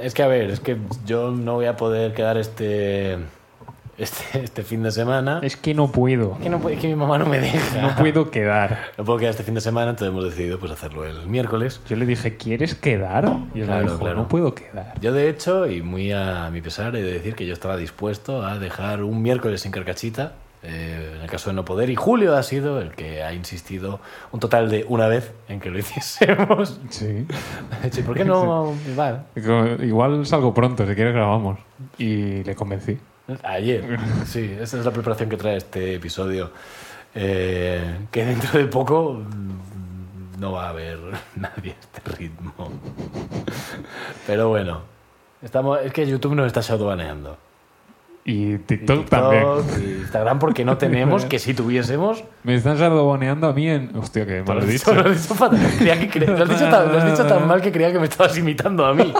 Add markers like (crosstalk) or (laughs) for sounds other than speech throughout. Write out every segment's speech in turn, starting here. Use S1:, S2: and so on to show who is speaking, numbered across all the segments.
S1: Es que, a ver, es que yo no voy a poder quedar este, este, este fin de semana.
S2: Es que no puedo.
S1: Es que, no, pu- es que mi mamá no me deja.
S2: No puedo quedar.
S1: No puedo quedar este fin de semana, entonces hemos decidido pues, hacerlo el miércoles.
S2: Yo le dije, ¿quieres quedar? Y él
S1: Claro,
S2: me dijo,
S1: claro.
S2: no puedo quedar.
S1: Yo, de hecho, y muy a mi pesar, he de decir que yo estaba dispuesto a dejar un miércoles sin carcachita, eh, en el caso de no poder, y Julio ha sido el que ha insistido un total de una vez en que lo (laughs) hiciésemos.
S2: Sí.
S1: Sí, ¿Por qué no? Vale.
S2: Digo, Igual salgo pronto, si quieres grabamos. Y le convencí.
S1: Ayer, sí, esa es la preparación que trae este episodio. Eh, que dentro de poco mm, no va a haber (laughs) nadie a este ritmo. Pero bueno, estamos, es que YouTube nos está shadowbaneando.
S2: Y
S1: Y
S2: TikTok, también.
S1: y Instagram porque no tenemos, que si
S2: (laughs)
S1: tuviésemos.
S2: Me están sardoboneando a mí en... Hostia, que mal
S1: Lo
S2: lo he
S1: has
S2: dicho.
S1: dicho- lo has dicho fatal. Creía que cre- lo has dicho tan- lo has dicho tan mal que creía que me estabas imitando a mí.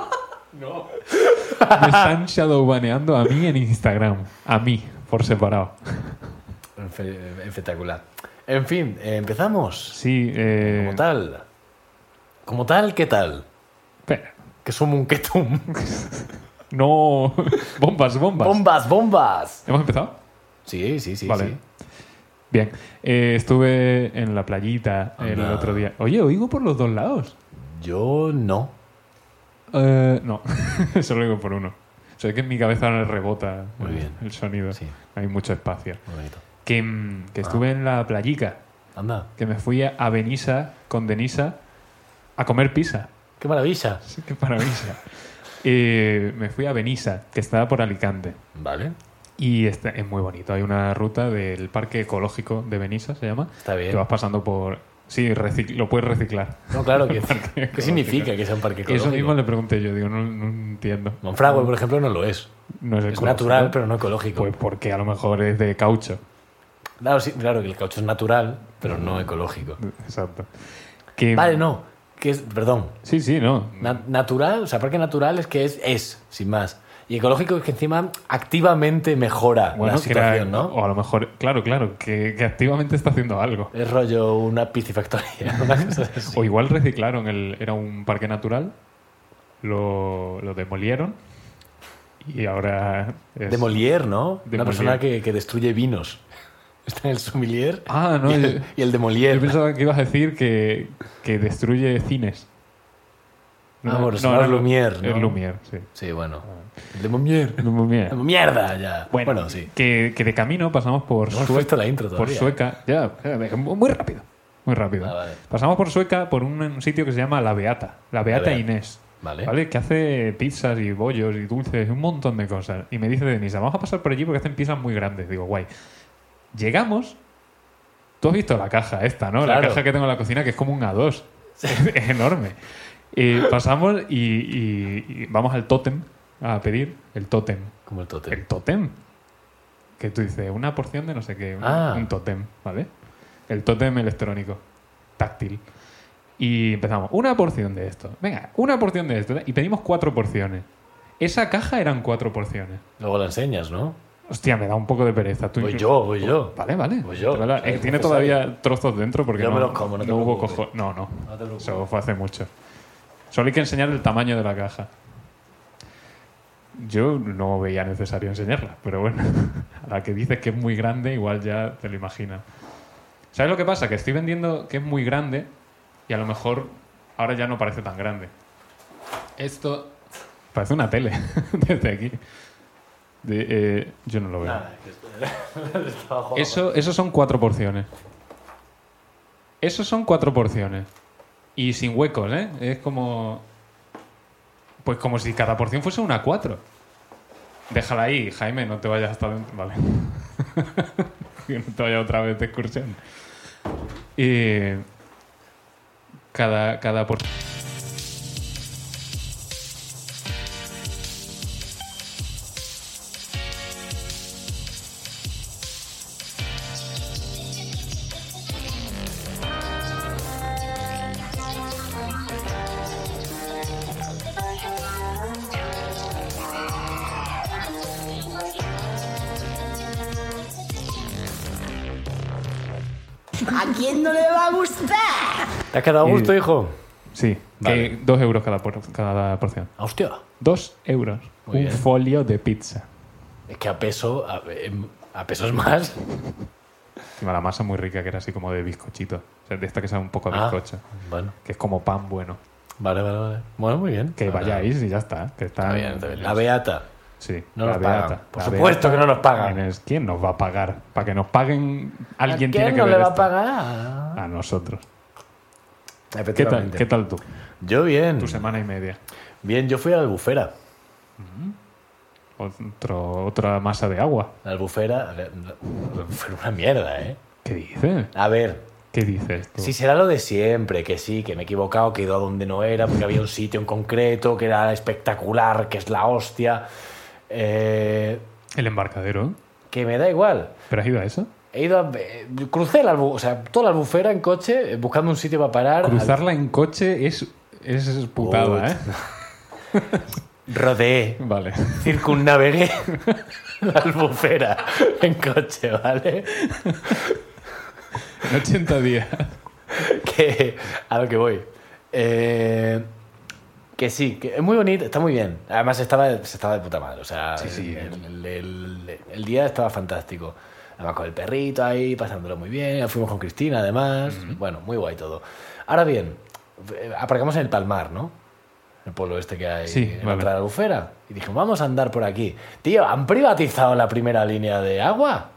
S2: Me están shadowbaneando a mí en Instagram. A mí, por separado.
S1: Enfe- Espectacular. En fin, eh, empezamos.
S2: Sí, eh...
S1: Como tal. Como tal, ¿qué tal?
S2: Espera.
S1: Que sumum, que tum.
S2: No... (laughs) bombas,
S1: (laughs)
S2: bombas.
S1: Bombas, bombas.
S2: ¿Hemos empezado?
S1: Sí, sí, sí.
S2: Vale.
S1: sí.
S2: Bien. Eh, estuve en la playita el
S1: Anda.
S2: otro día. Oye, oigo por los dos lados.
S1: Yo no.
S2: Eh, no, (laughs) solo oigo por uno. O sea, que en mi cabeza no le rebota
S1: Muy
S2: el-
S1: bien.
S2: el sonido.
S1: Sí. Ah.
S2: Hay mucho espacio.
S1: Muy bonito.
S2: Que, mm, que estuve en la playica,
S1: Anda.
S2: que me fui a a Benissa con Denisa a comer pizza. (laughs)
S1: Qué maravilla.
S2: Sí, qué maravilla. Eh, me fui a Benissa, que estaba por Alicante.
S1: Vale.
S2: Y está- es muy bonito. Hay una ruta del Parque Ecológico de Benissa, se llama.
S1: Está bien.
S2: Que vas pasando por... Sí, recic- lo puedes reciclar.
S1: No, (laughs) claro que
S2: Parque
S1: ¿Qué
S2: (laughs)
S1: significa que sea un parque
S2: Eso mismo
S1: ecológico?
S2: le pregunté yo. Digo, no, no entiendo.
S1: Monfragüe, por ejemplo, no lo es.
S2: No es,
S1: Es
S2: ecológico.
S1: natural, pero no ecológico.
S2: Pues porque a lo mejor es de caucho.
S1: Claro, sí, claro que el caucho es natural, pero no ecológico.
S2: Exacto. Que-
S1: Vale, no. Que es, perdón.
S2: Sí, sí, no.
S1: Na- natural, o sea, parque natural es que es, es, sin más. Y ecológico es que encima activamente mejora la
S2: que era-
S1: situación, ¿no?
S2: O a lo mejor, claro, claro, que, que activamente está haciendo algo.
S1: Es rollo una piscifactoría. (laughs) una cosa así.
S2: O igual reciclaron, el, era un parque natural, lo, lo demolieron y ahora... es-
S1: De Molière, ¿no?
S2: De
S1: una
S2: Molière.
S1: persona que, que destruye vinos. (laughs) Está el sommelier
S2: Ah, no,
S1: y,
S2: yo,
S1: el, y el de
S2: yo
S1: Molière.
S2: pensaba que ibas a decir que, que destruye cines.
S1: Ah, bueno, sonaba
S2: era-
S1: Lumière, ¿no?
S2: es Lumière, sí.
S1: Sí, bueno.
S2: Ah.
S1: El de Molière.
S2: Lumière.
S1: Mierda, ya. (laughs) Bueno,
S2: Bueno,
S1: sí.
S2: Que, que de camino pasamos por
S1: No hemos
S2: Sueca.
S1: puesto la intro
S2: Por
S1: todavía. ¿eh?
S2: Sueca. Ya, ya, muy rápido. Muy rápido.
S1: Ah, vale.
S2: Pasamos por Sueca por un, un sitio que se llama La Beata. La Beata
S1: Beata.
S2: Inés.
S1: ¿eh? Vale.
S2: Que hace pizzas y bollos y dulces, un montón de cosas. Y me dice Denisa, vamos a pasar por allí porque hacen pizzas muy grandes. Digo, guay. Llegamos. Tú has visto la caja esta, ¿no? La
S1: Claro.
S2: caja que tengo en la cocina que es como
S1: (laughs)
S2: un A2. es enorme. Eh, pasamos y, y- y vamos al tótem a pedir el tótem.
S1: Como el tótem.
S2: El tótem. Que tú dices, una porción de no sé qué, una-
S1: Ah.
S2: un tótem, ¿vale? El tótem electrónico, táctil. Y empezamos, una porción de esto. Venga, una porción de esto. Y pedimos cuatro porciones. Esa caja eran cuatro porciones.
S1: Luego la enseñas, ¿no?
S2: Hostia, me da un poco de pereza. Tú Oh.
S1: Voy
S2: inclu-
S1: Pues yo, voy yo.
S2: Vale, vale.
S1: Pues yo,
S2: Te la-
S1: o sea,
S2: eh,
S1: es
S2: tiene
S1: necesario.
S2: todavía trozos dentro porque
S1: Yo
S2: no,
S1: me los como, no te
S2: hubo
S1: preocupes.
S2: cojo- No, no.
S1: No te preocupes.
S2: Eso fue hace mucho. Solo hay que enseñar el tamaño de la caja. Yo no veía necesario enseñarla, pero bueno, (laughs) a la que dices que es muy grande, igual ya te lo imaginas. ¿Sabes lo que pasa? Que estoy vendiendo que es muy grande y a lo mejor ahora ya no parece tan grande. Esto parece una tele (laughs) desde aquí. De- eh, yo no lo veo.
S1: Nada, Ah, que esto- (laughs) estaba jugando.
S2: Eso, eso son cuatro porciones. Eso son cuatro porciones. Y sin huecos, ¿eh? Es como. Pues como si cada porción fuese una cuatro. Déjala ahí, Jaime, no te vayas hasta dentro. Vale. (laughs) Que no te vayas otra vez de excursión. Y. Cada, cada porción.
S3: ¿A quién no le va a gustar?
S1: ¿Te ha quedado a gusto,
S2: Y-
S1: hijo?
S2: Sí,
S1: Vale.
S2: que dos euros cada, por- cada porción.
S1: Ah, Hostia.
S2: Dos euros.
S1: Muy
S2: un
S1: bien.
S2: folio de pizza.
S1: Es que a peso, a, em, a peso es más.
S2: Encima la masa muy rica, que era así como de bizcochito. O sea, de esta que sabe un poco a
S1: Ah,
S2: bizcocho.
S1: bueno.
S2: Que es como pan bueno.
S1: Vale, vale, vale. Bueno, muy bien.
S2: Que
S1: Vale.
S2: vayáis y ya está. Que está,
S1: Está bien, está bien. La beata.
S2: Sí,
S1: No
S2: la
S1: nos
S2: beata.
S1: pagan. Por
S2: La
S1: supuesto que no nos pagan.
S2: ¿Quién es- ¿Quién nos va a pagar? Para que nos paguen, alguien
S1: ¿A
S2: tiene
S1: quién
S2: que
S1: no
S2: ver
S1: le va a
S2: esto.
S1: pagar?
S2: A nosotros. ¿Qué tal,
S1: Efectivamente. (clears throat)
S2: ¿Qué tal tú?
S1: Yo bien.
S2: Tu semana y media.
S1: Bien, yo fui a la albufera.
S2: Otro, otra masa de agua.
S1: La albufera. la- la- la albufera una mierda, ¿eh?
S2: ¿Qué dices?
S1: A ver,
S2: ¿Qué dices tú?
S1: si será lo de siempre, que sí, que me he equivocado, que he ido a donde no era, porque había un sitio en concreto que era espectacular, que es la hostia. Eh,
S2: El embarcadero.
S1: que me da igual.
S2: ¿Pero has ido a eso?
S1: He ido a, eh, crucé la, albu- o sea, toda la albufera en coche eh, buscando un sitio para parar.
S2: Cruzarla en coche es, es putada,
S1: Ut.
S2: ¿eh?
S1: Al- Rodeé,
S2: Vale. (laughs)
S1: circunnavegué (laughs) la albufera en coche, ¿vale?
S2: En 80 días.
S1: (laughs) que a lo que voy. Eh, que sí, que es muy bonito, está muy bien. Además estaba, se estaba de puta madre, o sea,
S2: Sí, sí.
S1: El, el- el- el día estaba fantástico. Además con el perrito ahí, pasándolo muy bien, fuimos con Cristina además, bueno, muy guay todo. Ahora bien, eh, aparcamos en el Palmar, ¿no? El pueblo este que hay
S2: Sí,
S1: en la
S2: vale.
S1: entrada de la bufera. Y dije, vamos a andar por aquí. Tío, ¿han privatizado la primera línea de agua?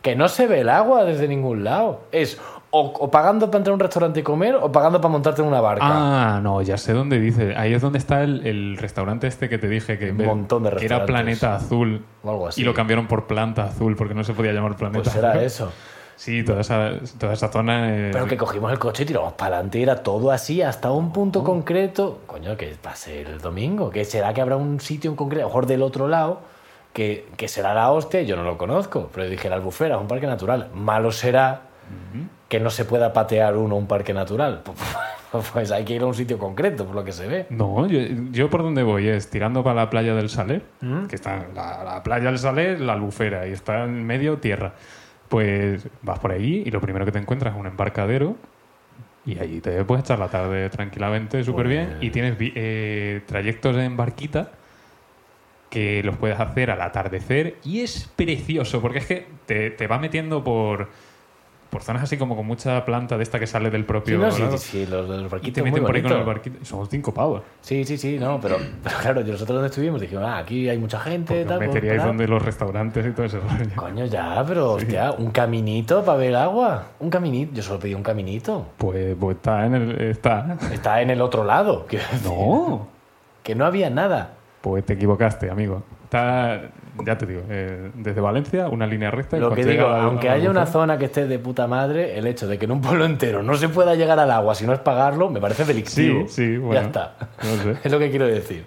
S1: Que no se ve el agua desde ningún lado. Es o, o pagando para entrar a un restaurante y comer o pagando para montarte en una barca.
S2: Ah, no, ya sé dónde dices. Ahí es donde está el, el restaurante este que te dije que,
S1: Un montón de
S2: que era
S1: restaurantes.
S2: Planeta Azul.
S1: O algo así.
S2: Y lo cambiaron por Planta Azul porque no se podía llamar Planeta
S1: pues era
S2: Azul.
S1: eso.
S2: Sí, toda esa, toda esa zona. eh,
S1: Pero que cogimos el coche y tiramos para adelante y era todo así, hasta un punto
S2: Oh.
S1: concreto. Coño, que va a ser el domingo. Que será que habrá un sitio en concreto, a lo mejor del otro lado, que, que será la hostia, yo no lo conozco. Pero dije, la albufera es un parque natural. Malo será que no se pueda patear uno un parque natural. (laughs) Pues hay que ir a un sitio concreto, por lo que se ve.
S2: No, yo, yo por donde voy es tirando para la playa del Saler,
S1: Mm.
S2: que está la, la playa del Saler, la albufera, y está en medio tierra. Pues vas por allí y lo primero que te encuentras es un embarcadero y allí te puedes echar la tarde tranquilamente, súper bien,
S1: Pues
S2: y tienes vi- eh, trayectos en barquita que los puedes hacer al atardecer y es precioso porque es que te, te va metiendo por, por zonas así como con mucha planta de esta que sale del propio...
S1: Sí, no, sí,
S2: lado,
S1: sí, los de los
S2: Y
S1: barquitos.
S2: te
S1: muy
S2: meten por ahí con
S1: bonito.
S2: el barquito. y Son cinco pavos.
S1: Sí, sí, sí, no, pero, pero claro, nosotros donde estuvimos dijimos, ah, aquí hay mucha gente,
S2: Porque
S1: tal.
S2: os
S1: pues,
S2: meteríais
S1: tal.
S2: donde los restaurantes y todo eso.
S1: Coño, ya, pero hostia, un caminito para ver agua. Un caminito, yo solo pedí un caminito.
S2: Pues, pues está en
S1: (laughs)
S2: el. Está.
S1: Está en el otro lado, (laughs) que,
S2: No.
S1: que no había nada.
S2: Pues te equivocaste, amigo. Está, ya te digo, eh, desde Valencia, una línea recta. y
S1: Lo que
S2: cuando
S1: digo,
S2: llega a la-
S1: aunque
S2: a la
S1: haya una
S2: Albufera-
S1: zona que esté de puta madre, el hecho de que en un pueblo entero no se pueda llegar al agua si no es pagarlo, me parece delictivo.
S2: Sí, sí, bueno.
S1: Ya está. (laughs)
S2: No sé,
S1: Es lo que quiero decir.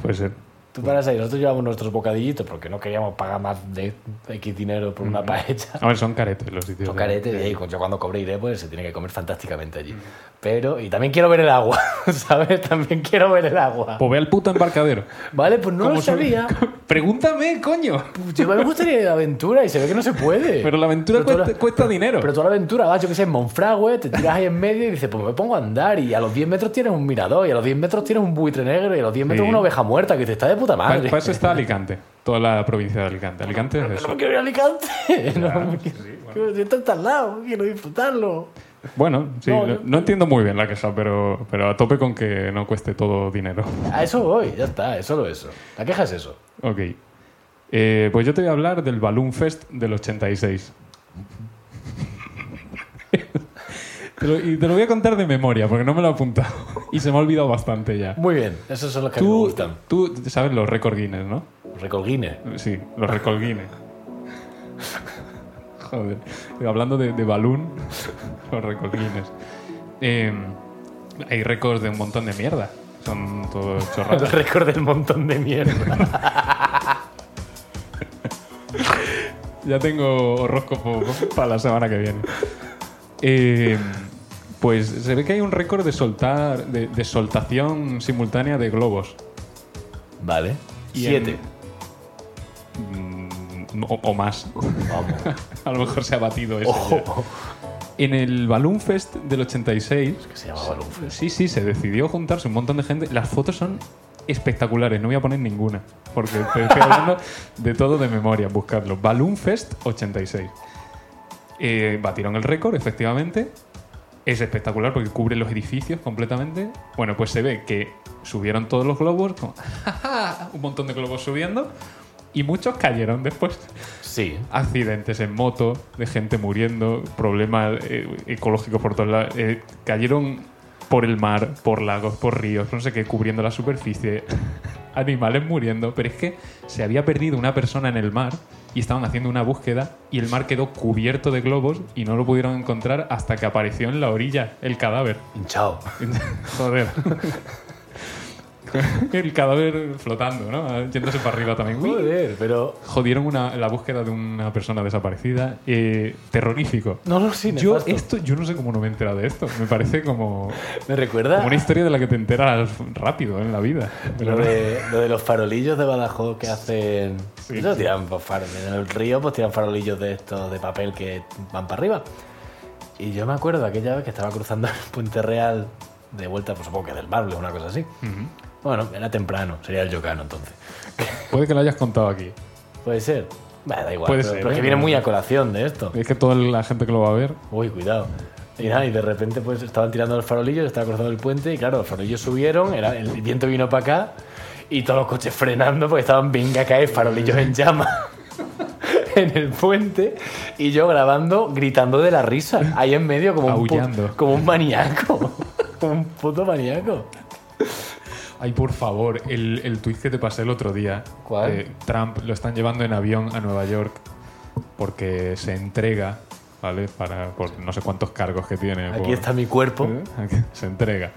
S2: puede ser.
S1: Tú paras ahí, nosotros llevamos nuestros bocadillitos porque no queríamos pagar más de X dinero por una paella.
S2: A ver, son caretes los sitios.
S1: Son
S2: de-
S1: caretes y ahí, yo cuando cobre iré, pues se tiene que comer fantásticamente allí. Pero, y también quiero ver el agua, (laughs) ¿sabes? También quiero ver el agua.
S2: Pues ve al puto embarcadero.
S1: Vale, pues (laughs) no
S2: Como
S1: lo
S2: se-
S1: sabía.
S2: (laughs) Pregúntame, coño.
S1: Yo me gustaría ir a la aventura y se ve que no se puede.
S2: Pero la aventura
S1: Pero tú
S2: cuesta,
S1: la-
S2: cuesta dinero.
S1: Pero tú a la aventura vas, yo que sé, en Monfragüe, te tiras ahí en medio y dices, pues me pongo a andar. Y a los 10 metros tienes un mirador, y a los 10 metros tienes un buitre negro, y a los 10 metros
S2: Sí.
S1: una oveja muerta, que dices, está de puta
S2: Pa-
S1: madre.
S2: para eso está Alicante. Toda la provincia de Alicante. Alicante es
S1: no
S2: eso.
S1: me quiero ir a Alicante. (laughs) no, me quiero- quiero- Está hasta al lado, quiero disfrutarlo.
S2: Bueno, sí,
S1: No,
S2: no,
S1: yo-
S2: no entiendo muy bien la queja, pero, pero a tope con que no cueste todo dinero. (laughs)
S1: A eso voy, ya está, es solo eso. La queja es eso.
S2: Ok. Eh, pues yo te voy a hablar del Balloon Fest del 86. (laughs) Te lo- y te lo voy a contar de memoria, porque no me lo he apuntado. (laughs) Y se me ha olvidado bastante ya.
S1: Muy bien, esos son los que a mí me
S2: Tú,
S1: gustan.
S2: tú sabes los récord Guinness, ¿no?
S1: Record Guinness.
S2: (laughs) Sí, los récord Guinness. (laughs) Joder. Digo, Hablando de, de balloon, (laughs) los récord Guinness. Eh, hay récords de un montón de mierda. Son todo
S1: (laughs)
S2: chorradas.
S1: El récord del montón de mierda.
S2: Ya tengo horóscopo (laughs) para la semana que viene. Eh, pues se ve que hay un récord de soltar, de, de soltación simultánea de globos.
S1: Vale.
S2: Y
S1: Siete.
S2: Mm, o, o más.
S1: Vamos.
S2: (laughs) A lo mejor se ha batido ese. ya.
S1: Ojo.
S2: en el Balloon Fest del 86.
S1: que se llamaba Balloon Fest.
S2: Sí, sí, se decidió juntarse un montón de gente. Las fotos son espectaculares, no voy a poner ninguna, porque te estoy hablando de todo de memoria, buscarlo. Balloon Fest 86. Eh, batieron el récord, efectivamente. Es espectacular porque cubre los edificios completamente. Bueno, pues se ve que subieron todos los globos, como, (laughs) ¡ja, ja, ja! un montón de globos subiendo, y muchos cayeron después
S1: Sí.
S2: accidentes en moto, de gente muriendo, problemas eh, ecológicos por todos lados. eh, cayeron por el mar, por lagos, por ríos, no sé qué, cubriendo la superficie, (laughs) animales muriendo. Pero es que se había perdido una persona en el mar y estaban haciendo una búsqueda y el mar quedó cubierto de globos y no lo pudieron encontrar hasta que apareció en la orilla el cadáver. (laughs)
S1: Hinchado.
S2: Joder. (laughs) el cadáver flotando, ¿no? Yéndose para arriba también. Uy,
S1: Joder, pero.
S2: jodieron una- la búsqueda de una persona desaparecida. Eh, terrorífico.
S1: No, no, sí,
S2: Yo este
S1: nefasto.
S2: esto, yo no sé cómo no me he enterado de esto. Me parece como,
S1: Me recuerda
S2: como una historia de la que te enteras rápido en la vida.
S1: lo de, lo de los farolillos de Badajoz que hacen.
S2: Sí.
S1: Eso tiran pues, faro- En el río, pues tiran farolillos de estos de papel que van para arriba. Y yo me acuerdo aquella vez que estaba cruzando el Puente Real de vuelta, pues supongo que del Marble o una cosa así.
S2: Ujú.
S1: Bueno, era temprano, sería el Yocano entonces.
S2: Puede que lo hayas contado aquí.
S1: Puede ser. Bah, da igual,
S2: Puede
S1: pero,
S2: ser,
S1: pero es
S2: ¿eh?
S1: que viene muy a colación de esto.
S2: Es que toda la gente que lo va a ver.
S1: Uy, cuidado. Y nada, y de repente pues estaban tirando los farolillos, estaba cruzando el puente y claro, los farolillos subieron, era, el viento vino para acá y todos los coches frenando porque estaban venga a caer farolillos en llamas (laughs) en el puente y yo grabando, gritando de la risa, ahí en medio como, un, pu-
S2: Aullando.
S1: como un maníaco, (laughs) como un puto maníaco.
S2: Ay, por favor, el, el tuit que te pasé el otro día.
S1: ¿Cuál?
S2: de Trump lo están llevando en avión a Nueva York porque se entrega, ¿vale? Para, por no sé cuántos cargos que tiene.
S1: Aquí
S2: por-
S1: está mi cuerpo.
S2: ¿Eh? (laughs) Se entrega.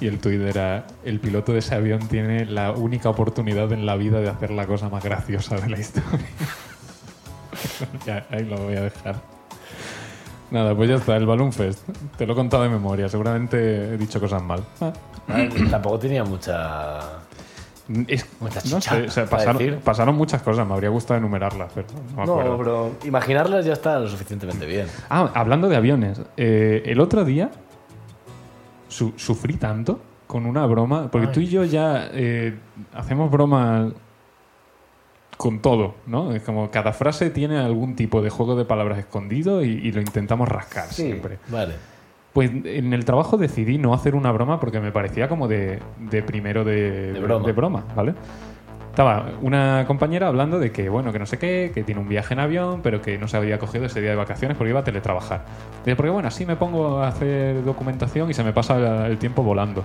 S2: Y el tuit era, el piloto de ese avión tiene la única oportunidad en la vida de hacer la cosa más graciosa de la historia. (laughs) ya, ahí lo voy a dejar. Nada, pues ya está, el Balloon Fest. Te lo he contado de memoria, seguramente he dicho cosas mal. Ah.
S1: Tampoco tenía mucha...
S2: Es-
S1: Mucha
S2: no
S1: chicha
S2: sé, o sea,
S1: para decir.
S2: pasaron, pasaron muchas cosas, me habría gustado enumerarlas, pero no me acuerdo.
S1: No, pero imaginarlas ya está lo suficientemente bien.
S2: Ah, hablando de aviones, eh, el otro día su- sufrí tanto con una broma, porque
S1: Ay.
S2: tú y yo ya eh, hacemos bromas con todo, ¿no? Es como cada frase tiene algún tipo de juego de palabras escondido y, y lo intentamos rascar siempre.
S1: Vale.
S2: Pues en el trabajo decidí no hacer una broma porque me parecía como de, de primero de,
S1: De broma.
S2: ¿vale? Estaba una compañera hablando de que, bueno, que no sé qué, que tiene un viaje en avión, pero que no se había cogido ese día de vacaciones porque iba a teletrabajar. Dice, porque bueno, así me pongo a hacer documentación y se me pasa la- el tiempo volando.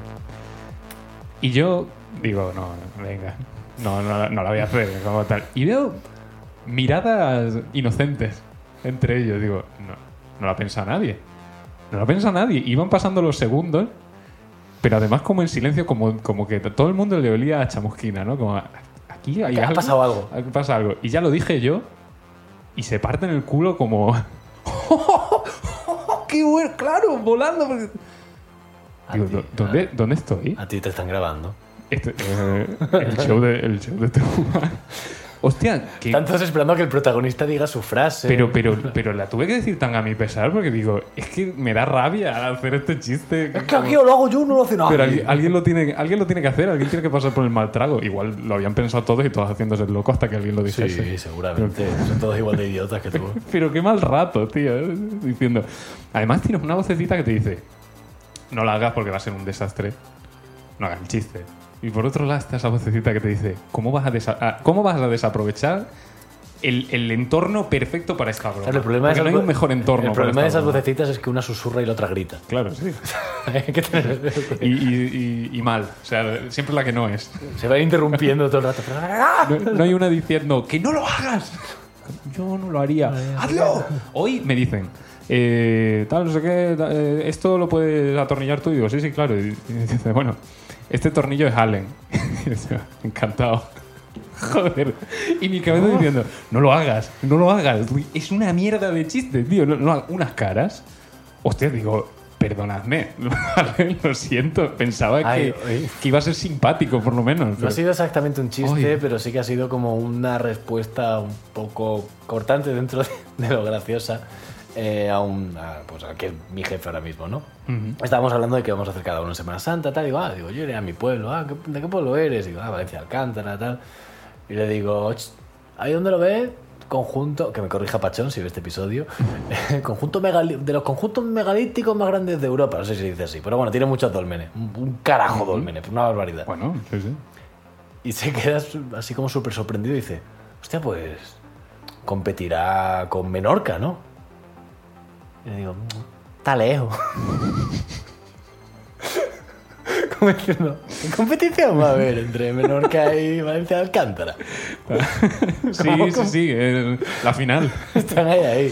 S2: Y yo digo, no, venga, no, no, la- no la voy a hacer, como tal. Y veo miradas inocentes entre ellos. Digo, no, no la piensa nadie. No la piensa nadie. Iban pasando los segundos, pero además como en silencio, como, como que todo el mundo le olía a chamusquina, ¿no? Como, aquí hay
S1: Ha
S2: algo,
S1: pasado algo.
S2: aquí pasa algo. Y ya lo dije yo, y se parten el culo como... (laughs) ¡Qué bueno! ¡Claro! Volando. porque-
S1: A
S2: Digo,
S1: ti,
S2: "¿Dó- ¿dónde, ¿dónde estoy?
S1: A ti te están grabando.
S2: Este- eh, el show de, el show
S1: (laughs)
S2: de Truman. Hostia, que,
S1: Están todos esperando a que el protagonista diga su frase.
S2: pero, pero, pero la tuve que decir tan a mi pesar porque digo, es que me da rabia hacer este chiste.
S1: Es que aquí o lo hago yo o no lo hace nadie.
S2: Pero alguien, alguien lo tiene, alguien lo tiene que hacer, alguien tiene que pasar por el mal trago. Igual lo habían pensado todos y todos haciéndose el loco hasta que alguien lo
S1: Sí,
S2: dijese.
S1: seguramente. Son todos igual de idiotas que tú.
S2: Pero qué mal rato, tío. ¿eh? Diciendo. Además, tienes una vocecita que te dice: No la hagas porque va a ser un desastre. No hagas el chiste. Y por otro lado está esa vocecita que te dice: ¿Cómo vas a, desa- a- cómo vas a desaprovechar el, el entorno perfecto para esta broma?
S1: Claro, el problema de
S2: porque no
S1: esas
S2: hay un
S1: vo-
S2: mejor entorno.
S1: El
S2: para
S1: problema de
S2: esta
S1: esas
S2: broma.
S1: vocecitas es que una susurra y la otra grita. (laughs)
S2: Claro, sí.
S1: Hay que tener-
S2: Y, y- y- y mal. O sea, siempre la que no es.
S1: Se va interrumpiendo todo el rato.
S2: No, no hay una diciendo que no lo hagas. Yo no lo haría. ¡Hazlo! Hoy me dicen, eh, tal, no sé qué, ta- eh, esto lo puedes atornillar tú. Y digo, sí, sí, claro. Y, y dice, bueno, este tornillo es Allen. (laughs) Y yo, Encantado. (laughs) Joder. Y mi cabeza
S1: Oh.
S2: diciendo, no lo hagas, no lo hagas. Uy, Es una mierda de chiste, tío. No- no ha- unas caras. Hostia, digo, perdonadme. (laughs) Vale, lo siento. Pensaba
S1: Ay,
S2: que,
S1: ay.
S2: que iba a ser simpático, por lo menos.
S1: No ha
S2: pero-
S1: sido exactamente un chiste,
S2: Ay.
S1: pero sí que ha sido como una respuesta un poco cortante dentro de, de lo graciosa. eh, a un. a, pues a que es mi jefe ahora mismo, ¿no?
S2: Ujú.
S1: Estábamos hablando de que vamos a hacer cada uno en Semana Santa, tal. Digo, ah, digo, yo iré a mi pueblo, ah, ¿qué- ¿de qué pueblo eres? Digo, ah, Valencia Alcántara, tal. Y le digo, "Ch, ahí donde lo ves, conjunto, que me corrija Pachón si ve este episodio, (laughs) conjunto megali- de los conjuntos megalíticos más grandes de Europa, no sé si se dice así, pero bueno, tiene muchos dolmenes, un, un carajo dolmenes, una barbaridad.
S2: Bueno, sí, sí.
S1: Y se queda su- así como súper sorprendido y dice, hostia, pues competirá con Menorca, ¿no? Y le digo, "Mm, está lejos. (laughs) como diciendo, ¿qué competición va a haber entre Menorca y Valencia de Alcántara?
S2: Sí, sí, sí, el- la final.
S1: Están ahí, ahí.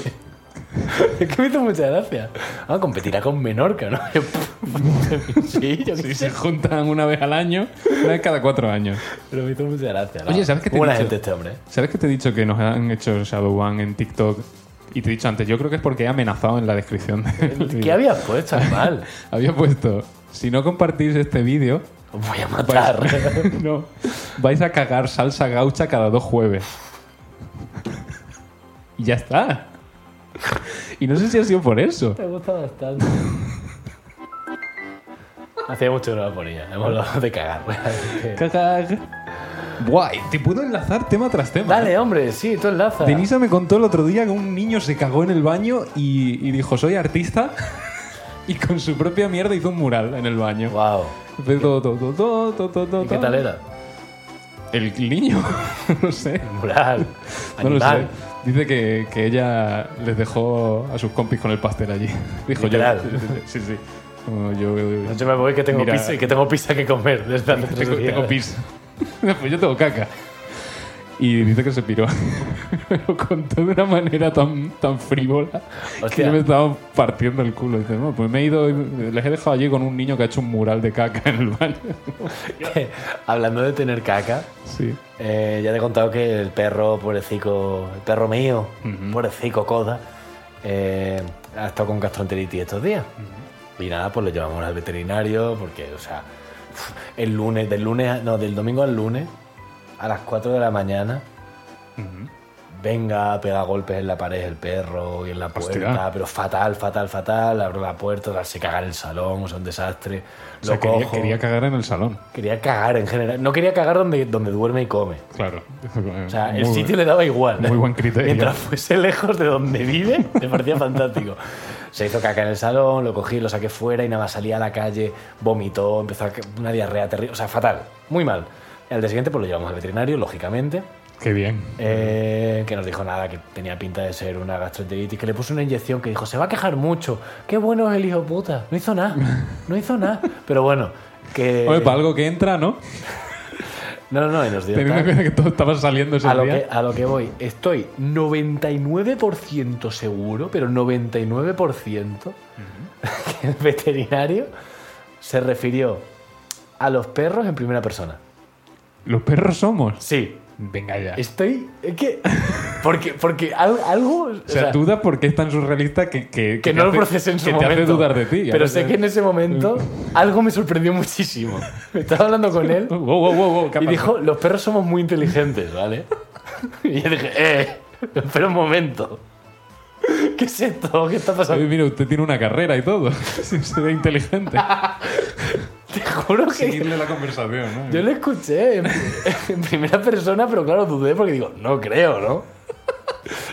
S1: Es que me hizo mucha gracia. Ah, competirá con Menorca, ¿no? Yo, (laughs) sí, yo qué
S2: Sí,
S1: sé.
S2: se juntan una vez al año, una vez cada cuatro años.
S1: Pero me hizo mucha gracia.
S2: Oye, ¿sabes qué te he
S1: Buena
S2: dicho?
S1: gente este
S2: (laughs)
S1: hombre. ¿eh?
S2: ¿Sabes que te he dicho que nos han hecho Shadowban en TikTok? Y te he dicho antes, yo creo que es porque he amenazado en la descripción. del
S1: ¿Qué
S2: vídeo.
S1: habías puesto, mal?
S2: Había puesto, si no compartís este vídeo,
S1: Os voy a
S2: Pues,
S1: matar.
S2: no, (laughs) vais a cagar salsa gaucha cada dos jueves. Y ya está. Y no sé si ha sido por eso.
S1: Te gusta bastante. (laughs) Hacía mucho que no la ponía. Hemos hablado de cagar. realmente.
S2: Cagar. Guay, te puedo enlazar tema tras tema.
S1: (laughs) Dale, hombre, sí, tú
S2: (laughs)
S1: enlaza.
S2: Denisa me contó el otro día que un niño se cagó en el baño y, y dijo, soy artista. (laughs) y con su propia mierda hizo un mural en el baño.
S1: Wow.
S2: Fue todo, todo, todo, todo, todo, todo.
S1: ¿Y qué tal era?
S2: El niño, (laughs) no sé.
S1: Mural.
S2: (laughs) No lo sé.
S1: Animal.
S2: Dice que, que ella les dejó a sus compis con el pastel allí. (laughs) Dijo yo.
S1: Literal.
S2: Sí, sí. Como yo,
S1: No, Yo me voy que tengo,
S2: Mira.
S1: pizza, que tengo pizza que comer desde hace tres
S2: (laughs) tengo,
S1: días.
S2: tengo pis. Pues yo tengo caca. Y dice que se piró. (laughs) Lo contó de una manera tan, tan frívola que
S1: Hostia.
S2: yo me estaba partiendo el culo. Dice, no, pues me he ido, y les he dejado allí con un niño que ha hecho un mural de caca en el baño. (laughs)
S1: Que, (laughs) Hablando de tener caca,
S2: Sí.
S1: eh, ya te he contado que el perro, pobrecico, el perro mío, pobrecico Coda, eh, ha estado con gastroenteritis estos días. Y nada, pues lo llevamos al veterinario porque, o sea, el lunes, del lunes, a- no, del domingo al lunes, a las 4 de la mañana, venga, pega golpes en la pared el perro y en la puerta,
S2: Hostia.
S1: pero fatal, fatal, fatal, abro la puerta, tal, se caga en el salón, es un desastre.
S2: O sea,
S1: lo
S2: quería,
S1: cojo.
S2: quería cagar en el salón.
S1: Quería cagar en general. No quería cagar donde, donde duerme y come.
S2: Claro.
S1: O sea, el sitio le daba igual.
S2: muy buen criterio.
S1: Mientras fuese lejos de donde vive, me
S2: (laughs)
S1: parecía fantástico. Se hizo caca en el salón, lo cogí, lo saqué fuera y nada más salía a la calle, vomitó, empezó a ca- una diarrea terrible. O sea, fatal. Muy mal. Al día siguiente, pues lo llevamos al veterinario, lógicamente.
S2: Qué bien.
S1: eh, que nos dijo nada, que tenía pinta de ser una gastroenteritis, que le puso una inyección que dijo, se va a quejar mucho. Qué bueno es el hijo puta. No hizo nada. No hizo
S2: (laughs)
S1: nada. Pero bueno, que.
S2: Oye, para algo que entra, ¿no?
S1: No, no, no, y nos dio
S2: Teniendo
S1: tal.
S2: en cuenta que todo estaba saliendo ese
S1: a lo,
S2: día.
S1: que, a lo que voy, estoy 99% seguro, pero 99% que el veterinario se refirió a los perros en primera persona.
S2: Los perros somos.
S1: Sí,
S2: Venga ya.
S1: estoy... Es que... Porque, porque al- algo... o
S2: o sea,
S1: sea,
S2: duda porque es tan surrealista que,
S1: que
S2: que, te
S1: no lo
S2: hace-
S1: procesé en su
S2: que
S1: momento.
S2: te hace dudar de ti.
S1: Pero sé que en ese
S2: (laughs)
S1: momento algo me sorprendió muchísimo. Estaba hablando con él
S2: Wow, wow, wow, wow, ¿qué ha
S1: Y
S2: pasado?
S1: dijo, los perros somos muy inteligentes, ¿vale? (laughs) Y yo dije, eh, espera un momento. ¿Qué es esto? ¿Qué está
S2: Oye,
S1: pasando?
S2: mira, usted tiene una carrera y todo. (laughs) Sí, Se ve inteligente.
S1: (laughs) Te juro que
S2: Seguirle la conversación, ¿no?
S1: yo lo escuché en, en primera persona, pero claro, dudé porque digo, no creo, ¿no?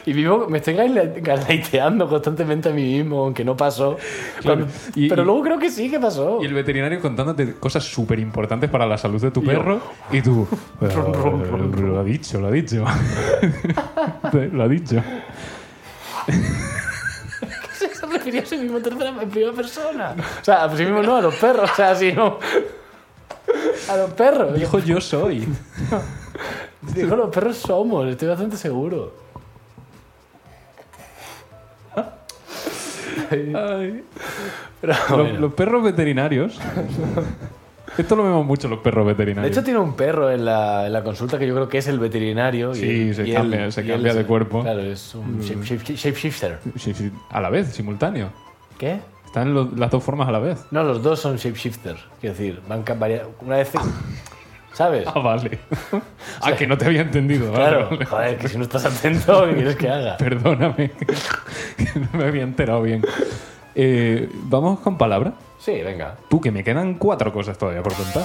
S1: Y vivo, me estoy gasla- gaslighteando constantemente a mí mismo, aunque no pasó.
S2: Claro,
S1: Cuando-
S2: y-
S1: pero
S2: y-
S1: luego creo que sí que pasó.
S2: Y el veterinario contándote cosas súper importantes para la salud de tu
S1: yo,
S2: perro.
S1: (laughs)
S2: Y tú.
S1: Rum, rum, rum, rum.
S2: Lo ha dicho, lo ha dicho. (laughs) Lo ha dicho.
S1: (laughs) se refería a sí mismo en tercera- en primera persona. O sea, a sí mismo no, a los perros. O sea, si no. A los perros.
S2: Dijo yo soy.
S1: Dijo, los perros somos, estoy bastante seguro.
S2: Ay.
S1: Pero,
S2: Lo-
S1: bueno.
S2: Los perros veterinarios. Esto lo vemos mucho los perros
S1: De
S2: veterinarios.
S1: hecho, tiene un perro en la, en la consulta que yo creo que es el veterinario. y
S2: Sí,
S1: él-
S2: se
S1: y
S2: cambia-
S1: él-
S2: se
S1: y
S2: cambia
S1: él-
S2: de cuerpo. Mm.
S1: Claro, es un shape- shape- shapeshifter.
S2: Sí, sí, a la vez, simultáneo.
S1: ¿Qué?
S2: Están lo- las dos formas a la vez. (laughs)
S1: No, los dos son shapeshifters. Quiero decir, van ca- varia- una vez. ¿Sabes?
S2: (laughs) Ah, vale. ah, que no te había entendido. Vale,
S1: Claro,
S2: vale.
S1: joder, que si no estás atento, ¿qué quieres que haga?
S2: (laughs) Perdóname, (laughs) que no me había enterado bien. Eh, Vamos con palabra.
S1: Sí, venga.
S2: Tú, que me quedan cuatro cosas todavía por contar.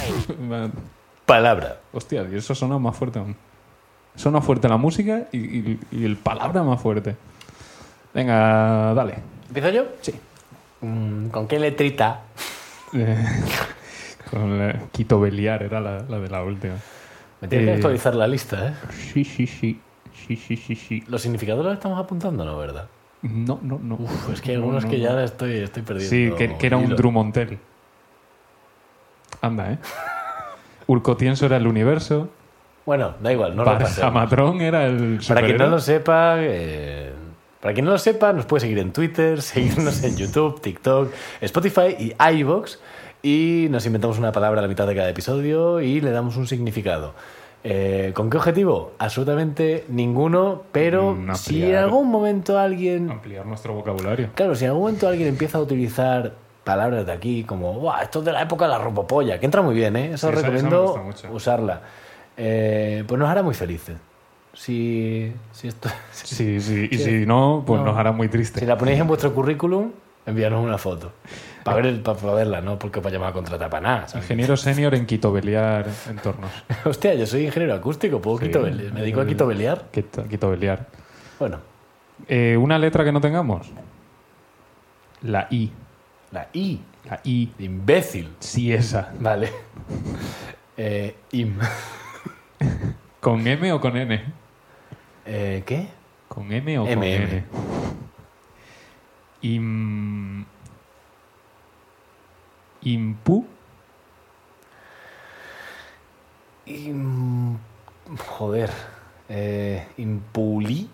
S2: (laughs) Me-
S1: Palabra.
S2: Hostia, y eso suena más fuerte aún. Suena fuerte la música y, y- y el palabra más fuerte. Venga, dale. (laughs)
S1: ¿Empiezo yo?
S2: Sí.
S1: Mm, ¿Con qué letrita?
S2: Eh, con la- Quito Beliar era la, la de la última.
S1: Me tienes que
S2: Eh.
S1: actualizar la lista, ¿eh?
S2: Sí, sí, sí. Sí, sí, sí, sí.
S1: Los significados los estamos apuntando, ¿no? ¿Verdad?
S2: No, no, no. Uf,
S1: Pues que hay algunos que ya estoy, estoy perdiendo.
S2: Sí, que, que era un
S1: hilo.
S2: Drumontel. (laughs) Anda, ¿eh? Urcotienso era el universo.
S1: Bueno, da igual, no lo pasemos.
S2: Barjamatrón era el
S1: Para quien no
S2: superhéroe.
S1: lo sepa, eh, para quien no lo sepa, nos puede seguir en Twitter, (laughs) seguirnos en YouTube, TikTok, Spotify y iVoox. Y nos inventamos una palabra a la mitad de cada episodio y le damos un significado. Eh, ¿Con qué objetivo? Absolutamente ninguno, pero
S2: Mm,
S1: si en
S2: ampliar.
S1: algún momento alguien
S2: Ampliar nuestro vocabulario.
S1: Claro, si en algún momento alguien empieza a utilizar palabras de aquí como, "Buah, esto es de la época de la ropopolla, que entra muy bien, ¿eh? Eso
S2: Sí, esa- esa me gusta
S1: recomiendo
S2: mucho.
S1: usarla. Eh, pues nos hará muy felices. Si, si, esto, (laughs)
S2: Sí, sí. Y
S1: Sí.
S2: si no, pues
S1: No.
S2: nos hará muy triste.
S1: si la ponéis en vuestro currículum, envíanos una foto. Para, ver, para, verla, ¿no? Porque para llamar a contratar para nada.
S2: (laughs)
S1: ¿sabes?
S2: Ingeniero senior en quitobeliar entornos.
S1: Hostia, yo soy ingeniero acústico, puedo
S2: Sí.
S1: quitobele- me dedico a quitobelear.
S2: Quito- Quitobeliar.
S1: Bueno,
S2: Eh, ¿Una letra que no tengamos? La I.
S1: la I,
S2: La I.
S1: de imbécil.
S2: Sí, esa.
S1: Vale. (laughs) Eh, im. (laughs)
S2: ¿Con M o con N?
S1: Eh, ¿Qué?
S2: ¿Con M o con
S1: MM.
S2: N? Im... Impu...
S1: Im- Joder. Eh, impuli.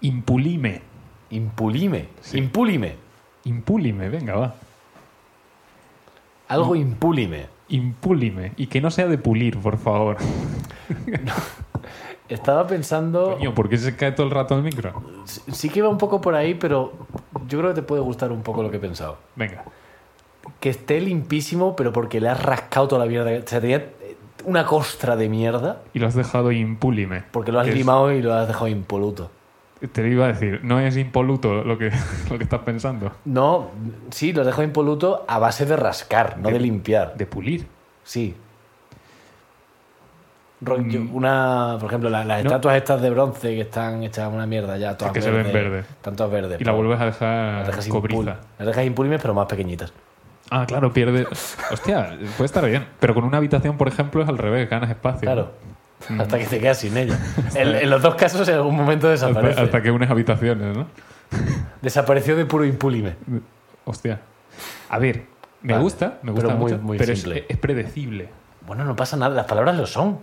S2: Impulime.
S1: Impulime.
S2: Sí.
S1: Impulime.
S2: Impulime, venga, va. Mm.
S1: Algo impulime.
S2: Impulime. Y que no sea de pulir,
S1: (laughs)
S2: por favor.
S1: Estaba pensando.
S2: Coño, ¿por qué se cae todo el rato el micro?
S1: Sí sí que iba un poco por ahí, pero yo creo que te puede gustar un poco lo que he pensado.
S2: Venga.
S1: Que esté limpísimo, pero porque le has rascado toda la mierda. O sea, tenía eh, una costra de mierda
S2: Y lo has dejado impúlime.
S1: porque lo has
S2: Que es-
S1: limado y lo has dejado impoluto.
S2: Te lo iba a decir, no es impoluto lo que, (laughs) lo que estás pensando.
S1: No, sí, lo has dejado impoluto a base de rascar, no de,
S2: De-
S1: limpiar.
S2: De pulir.
S1: Sí. Ro- yo- Una, por ejemplo, la- las
S2: No.
S1: estatuas estas de bronce que están hechas una mierda ya, todas
S2: Que se
S1: verdes,
S2: ven verde.
S1: Están todas verdes.
S2: Y la
S1: pero
S2: vuelves a dejar
S1: las dejas
S2: cobriza.
S1: impul- Las dejas impulmes, pero más pequeñitas.
S2: Ah, claro, pierde. Hostia, puede estar bien. Pero con una habitación, por ejemplo, es al revés, ganas espacio.
S1: Claro.
S2: Mm.
S1: Hasta que te quedas sin ella. en, en los dos casos, en algún momento
S2: Hasta,
S1: desaparece.
S2: hasta que unes habitaciones, ¿no?
S1: Desapareció de puro impulime.
S2: Hostia. A ver, me
S1: Vale,
S2: gusta, me gusta
S1: pero muy-
S2: mucho,
S1: muy
S2: pero es-
S1: simple.
S2: Es, predecible.
S1: Bueno, no pasa nada, las palabras lo son.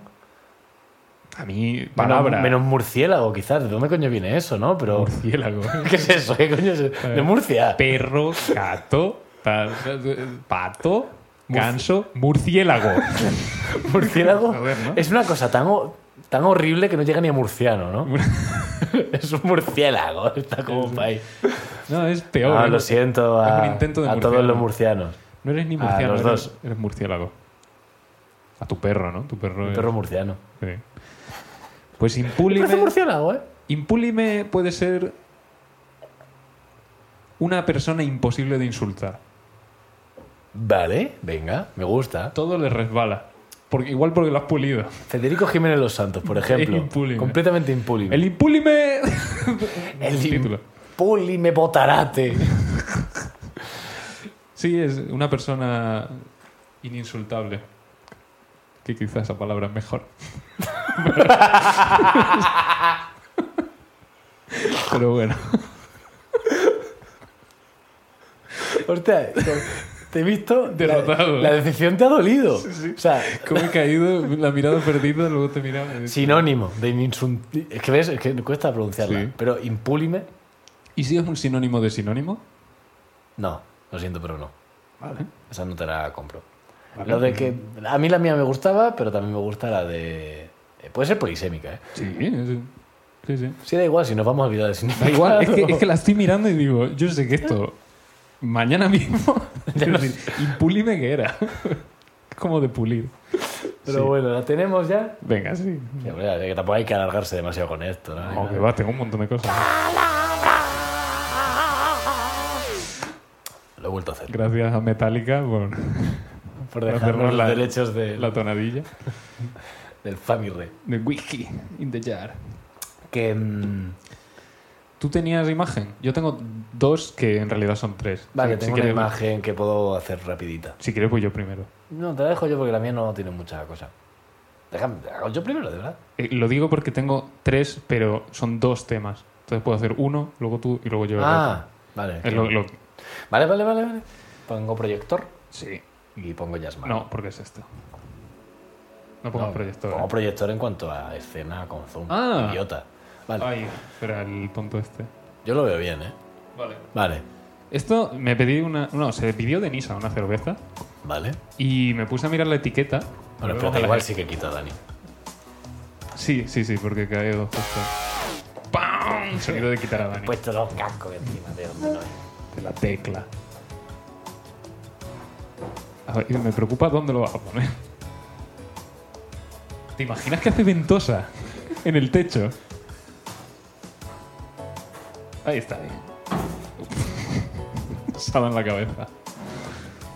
S2: A mí,
S1: Menos-
S2: palabra.
S1: Menos, murciélago, quizás. ¿De dónde coño viene eso, no? Pero.
S2: murciélago.
S1: (laughs)
S2: ¿eh?
S1: ¿Qué es eso? ¿Qué coño es eso? De Murcia.
S2: Perro, gato, ta- pato, ganso, murciélago. (laughs)
S1: Murciélago
S2: Joder, ¿no?
S1: es una cosa tan, ho- tan horrible que no llega ni a murciano, ¿no? (laughs) es un murciélago, está como país.
S2: No, es peor.
S1: No,
S2: ¿eh?
S1: Ah, lo siento
S2: es un
S1: a,
S2: intento de
S1: a todos
S2: murciano.
S1: los murcianos.
S2: No eres ni
S1: A
S2: murciano,
S1: los
S2: eres,
S1: dos.
S2: eres murciélago. A tu perro, ¿no? Tu perro.
S1: El
S2: es-
S1: perro murciano.
S2: sí. Pues
S1: Parece
S2: impúlime.
S1: murciélago, ¿eh?
S2: Impúlime puede ser una persona imposible de insultar.
S1: Vale, venga, me gusta.
S2: Todo le resbala. Porque, igual porque lo has pulido.
S1: Federico Jiménez Los Santos, por ejemplo.
S2: impúlime.
S1: Completamente impúlime.
S2: El impúlime.
S1: El
S2: título.
S1: impúlime
S2: (laughs)
S1: botarate.
S2: Sí, es una persona ininsultable. Que quizás esa palabra es mejor. (laughs) Pero bueno.
S1: Hostia, te he visto. la-
S2: Derrotado.
S1: La, decisión te ha dolido. O sea,
S2: ¿Cómo he caído? La mirada perdida, luego te miraba. y decía,
S1: Sinónimo de insun... Es que ves, es que cuesta pronunciarla.
S2: Sí.
S1: Pero impúlime,
S2: ¿Y si es un sinónimo de sinónimo?
S1: no. Lo siento, pero no.
S2: Vale.
S1: Esa no te la compro.
S2: Vale.
S1: Lo de que. A mí la mía me gustaba, pero también me gusta la de. eh, Puede ser polisémica, ¿eh?
S2: Sí, es- sí, sí.
S1: Sí, da igual, si nos vamos a olvidar de
S2: Da igual, es que, es que la estoy mirando y digo, yo sé que esto mañana mismo (laughs)
S1: Ya no-
S2: Es decir, impulime que era. como de pulir.
S1: (laughs) Pero
S2: Sí.
S1: bueno, la tenemos ya.
S2: Venga, sí.
S1: Sí, hombre, es que tampoco hay que alargarse demasiado con esto. ¿no?
S2: No, que va, tengo un montón de cosas.
S1: Lo he vuelto a hacer.
S2: Gracias a Metallica por (laughs)
S1: Por
S2: por
S1: dejarnos
S2: hacernos la-
S1: los derechos de-
S2: la tonadilla.
S1: del Family
S2: De whisky in the jar.
S1: Que. mm,
S2: ¿Tú tenías imagen? Yo tengo dos que en realidad son tres.
S1: vale,
S2: Si- si
S1: tengo una
S2: quieres-
S1: imagen que puedo hacer rapidita.
S2: Si quieres, voy yo primero.
S1: No, te la dejo yo porque la mía no tiene mucha cosa. Déjame, hago yo primero, de verdad.
S2: Eh, lo digo porque tengo tres, pero son dos temas. Entonces puedo hacer uno, luego tú y luego yo. el
S1: Ah, vale.
S2: otro. Es lo- lo-
S1: Vale, vale, vale, vale. Pongo proyector
S2: Sí.
S1: y pongo Jasmine.
S2: No, porque es esto. No pongas proyector. eh.
S1: Pongo proyector en cuanto a escena con zoom.
S2: Ah.
S1: Idiota. Vale.
S2: Ay, espera, el tonto este.
S1: Yo lo veo bien, ¿eh?
S2: Vale.
S1: Vale.
S2: Esto me pedí una. No, se pidió de Nisa una cerveza
S1: Vale.
S2: y me puse a mirar la etiqueta.
S1: Bueno,
S2: Volvemos a
S1: espérate,
S2: la
S1: igual sí que quita Dani.
S2: Sí, sí, sí, porque caído justo. ¡Pam! Sonido de quitar a Dani.
S1: Puesto los cascos encima de donde no es.
S2: de la tecla. A ver, me preocupa dónde lo vas a poner. ¿Te imaginas que hace ventosa en el techo? Ahí está. (laughs) Se en la cabeza.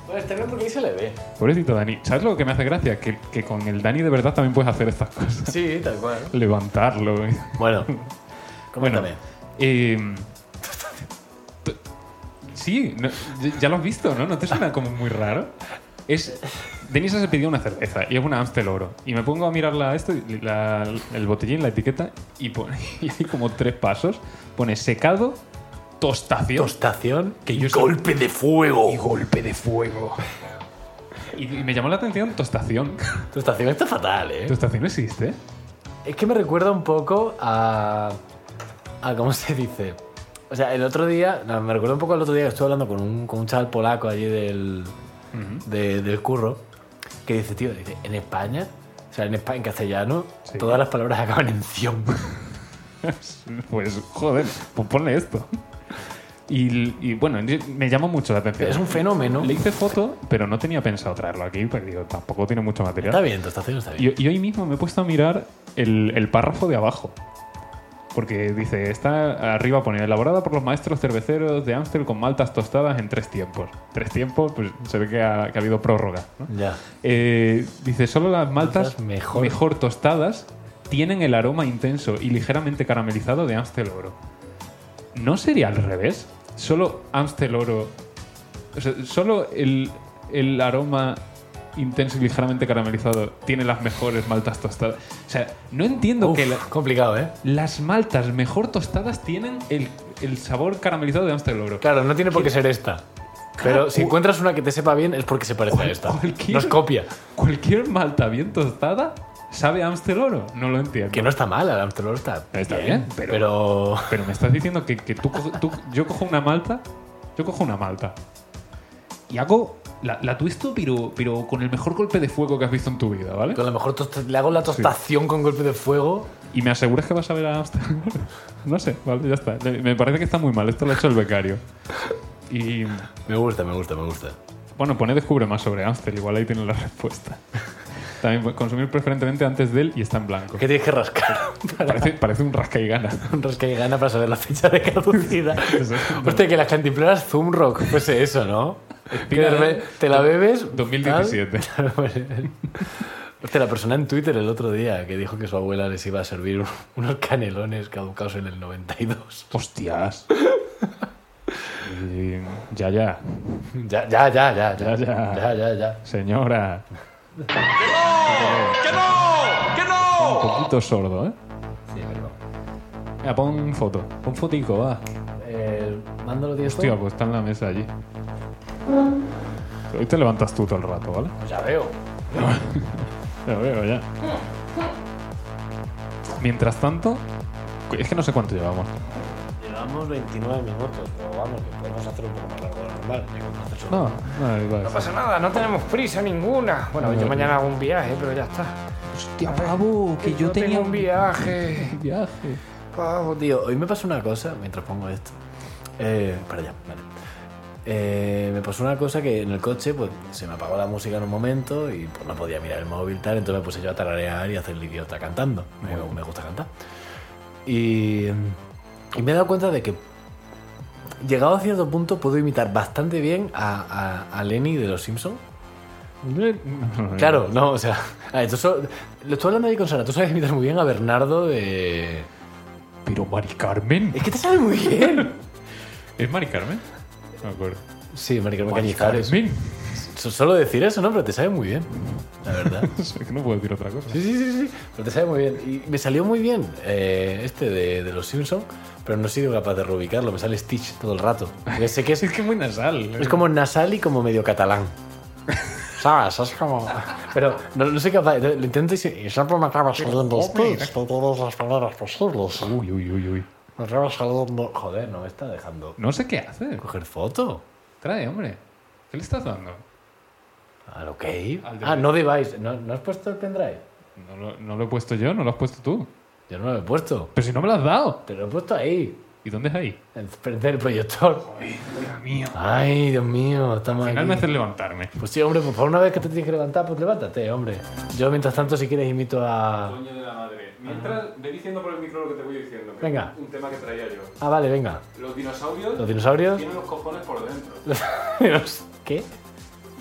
S1: Bueno, está bien Pues este porque ahí se le ve.
S2: Pobrecito Dani. ¿Sabes lo que me hace gracia? Que, que con el Dani de verdad también puedes hacer estas cosas.
S1: Sí, tal cual.
S2: Levantarlo. (laughs)
S1: Bueno,
S2: Bueno,
S1: coméntame.
S2: eh, t- sí, no- ya- ya lo has visto, ¿no? ¿No te suena como muy raro? Es, Denisa se pidió una cerveza y es una Amstel Oro. Y me pongo a mirarla esto, y la- el botellín, la etiqueta, y, pone, (laughs) y hay como tres pasos. Pone secado, tostación
S1: Tostación
S2: Que
S1: y
S2: yo soy-
S1: golpe de fuego.
S2: y golpe de fuego. Y, y me llamó la atención tostación.
S1: Tostación está fatal, ¿eh?
S2: ¿Tostación existe?
S1: Es que me recuerda un poco a. a ¿Cómo se dice? O sea, el otro día. no, me recuerda un poco al otro día que estuve hablando con un, con un chaval polaco allí del. de- del curro. Que dice, tío, dice, en España. O sea, en, España, en castellano,
S2: Sí.
S1: todas las palabras acaban en
S2: (laughs)
S1: ción.
S2: Pues, joder, pues ponle esto. Y, y bueno, yo- me llama mucho la atención.
S1: es un fenómeno.
S2: Le hice foto, pero no tenía pensado traerlo aquí, porque digo, tampoco tiene mucho
S1: Está
S2: material.
S1: bien, tostación está bien.
S2: Y, y hoy mismo me he puesto a mirar el, el párrafo de abajo. Porque dice, está arriba, pone, elaborada por los maestros cerveceros de Ámstel con maltas tostadas en tres tiempos. Tres tiempos, pues se ve que ha, que ha habido prórroga. ¿no?
S1: Ya.
S2: Eh, dice, solo las maltas
S1: Maltas mejor.
S2: tostadas tienen el aroma intenso y ligeramente caramelizado de Amstel Oro. ¿No sería al revés? Solo Amstel Oro... o sea, solo el, el aroma intenso y ligeramente caramelizado tiene las mejores maltas tostadas. O sea, no entiendo
S1: Uf,
S2: que la-
S1: Complicado, ¿eh?
S2: las maltas mejor tostadas tienen el, el sabor caramelizado de Amstel Oro.
S1: Claro, no tiene por qué ser esta. Pero si
S2: cu-
S1: encuentras una que te sepa bien es porque se parece a esta.
S2: cualquier-
S1: Nos copia.
S2: Cualquier malta bien tostada sabe a Amstel Oro. No lo entiendo.
S1: Que no está mal, el Amstel Gold está,
S2: Está bien, pero-
S1: pero...
S2: Pero me estás diciendo que, que tú, coge- tú- yo cojo una malta, yo cojo una malta y hago la, la twisto, pero, pero con el mejor golpe de fuego que has visto en tu vida, ¿vale?
S1: Que a lo mejor tosta- le hago la tostación con golpe de fuego.
S2: Y me aseguras que vas a ver a Amsterdam. (laughs) no sé, vale, ya está. Le- Me parece que está muy mal. Esto lo ha hecho el becario. Y
S1: Me gusta, me gusta, me gusta.
S2: bueno, pone descubre más sobre Amstel, igual ahí tiene la respuesta. También pues, consumir preferentemente antes de él y está en (laughs) blanco.
S1: Que tienes que rascar. (laughs)
S2: Parece, parece un rasca y gana.
S1: Un rasca y gana para saber la fecha de (laughs) caducidad.
S2: (laughs) Eso es un-
S1: Hostia, que las cantimploras Zoom Rock fuese eso, ¿no? Que de repente te la bebes. tal.
S2: 2017.
S1: Claro, pues, (laughs) Hostia, la persona en Twitter el otro día que dijo que su abuela les iba a servir un- unos canelones caducados en el 92.
S2: (laughs) Hostias. Y- ya, ya.
S1: (laughs) Ya, ya, ya, ya, ya,
S2: Ya, ya.
S1: ya, ya, ya.
S2: Señora.
S3: ¡Que no! ¡Que no!
S2: Un poquito sordo, ¿eh?
S1: Sí, pero...
S2: Venga, pon foto. Pon fotico, va.
S1: Eh, ¿Mándalo directo?
S2: Hostia, pues está en la mesa allí. Hoy te levantas tú todo el rato, ¿vale?
S1: Pues ya veo.
S2: Ya veo, ya. Mientras tanto... Es que no sé cuánto llevamos.
S1: Llevamos 29 minutos, pero vamos, que podemos hacer un poco más largo de lo normal. digo, no hacer solo-
S2: No, no, iba a
S4: No
S2: decir.
S4: pasa nada, no tenemos prisa ninguna. Bueno, yo mañana hago un viaje, pero ya está.
S2: Hostia, pavo, que yo tenía
S4: tengo un
S2: viaje.
S4: viaje. Pavo,
S1: Tío, hoy me pasó una cosa mientras pongo esto. Eh, para allá, vale. eh, me pasó una cosa que en el coche pues se me apagó la música en un momento y pues, no podía mirar el móvil tal, entonces me puse yo a tararear y a hacer el idiota cantando. Me, me gusta cantar. Y, y me he dado cuenta de que llegado a cierto punto puedo imitar bastante bien a, a- a Lenny de los Simpsons. Claro, no, o sea, (laughs) a ver, tú so- lo estoy hablando ahí con Sara, tú sabes imitar muy bien a Bernardo de...
S2: Pero Mari Carmen.
S1: Es que te sabe muy bien.
S2: ¿Es Mari Carmen? No me acuerdo.
S1: Sí, Maricarmen
S2: Mari
S1: Cañizares.
S2: Carmen.
S1: So- Solo decir eso, ¿no? Pero te sabe muy bien, la verdad. (laughs)
S2: (laughs) Es que no puedo decir otra cosa.
S1: Sí, sí, sí, sí. Pero te sabe muy bien. Y me salió muy bien eh, este de, de los Simpsons, pero no he sido capaz de reubicarlo. Me sale Stitch todo el rato. Ya sé que (laughs) es,
S2: Es que es muy nasal. eh.
S1: es como nasal y como medio catalán. ¿Sabes? Es como... Pero no, no soy capaz. Lo intento y se- y siempre me acaba saliendo Stitch de todas las maneras posibles.
S2: Uy, uy, uy, uy.
S1: Me acaba saliendo... Joder, no me está dejando
S2: No sé qué hace.
S1: coger foto.
S2: Trae, hombre. ¿Qué le estás dando?
S1: Al ok.
S2: Al
S1: Ah, no device. ¿No, ¿No has puesto el pendrive?
S2: No lo, no lo he puesto yo, no lo has puesto tú.
S1: Yo no lo he puesto.
S2: Pero si no me lo has dado.
S1: Te lo he puesto ahí.
S2: ¿Y dónde es ahí?
S1: Prender el proyector.
S2: Dios mío.
S1: Ay, Dios mío,
S2: Al
S1: estamos
S2: final me
S1: aquí.
S2: haces levantarme.
S1: Pues sí, hombre, pues por una vez que te tienes que levantar, pues levántate, hombre. Yo, mientras tanto, si quieres, imito a...
S5: Coño de la madre. Mientras, ve diciendo por el micro lo que te voy diciendo. que
S1: Venga.
S5: es Un tema que traía yo.
S1: Ah, vale, venga.
S5: Los dinosaurios
S1: Los dinosaurios...
S5: tienen los cojones por dentro.
S1: los- ¿Qué?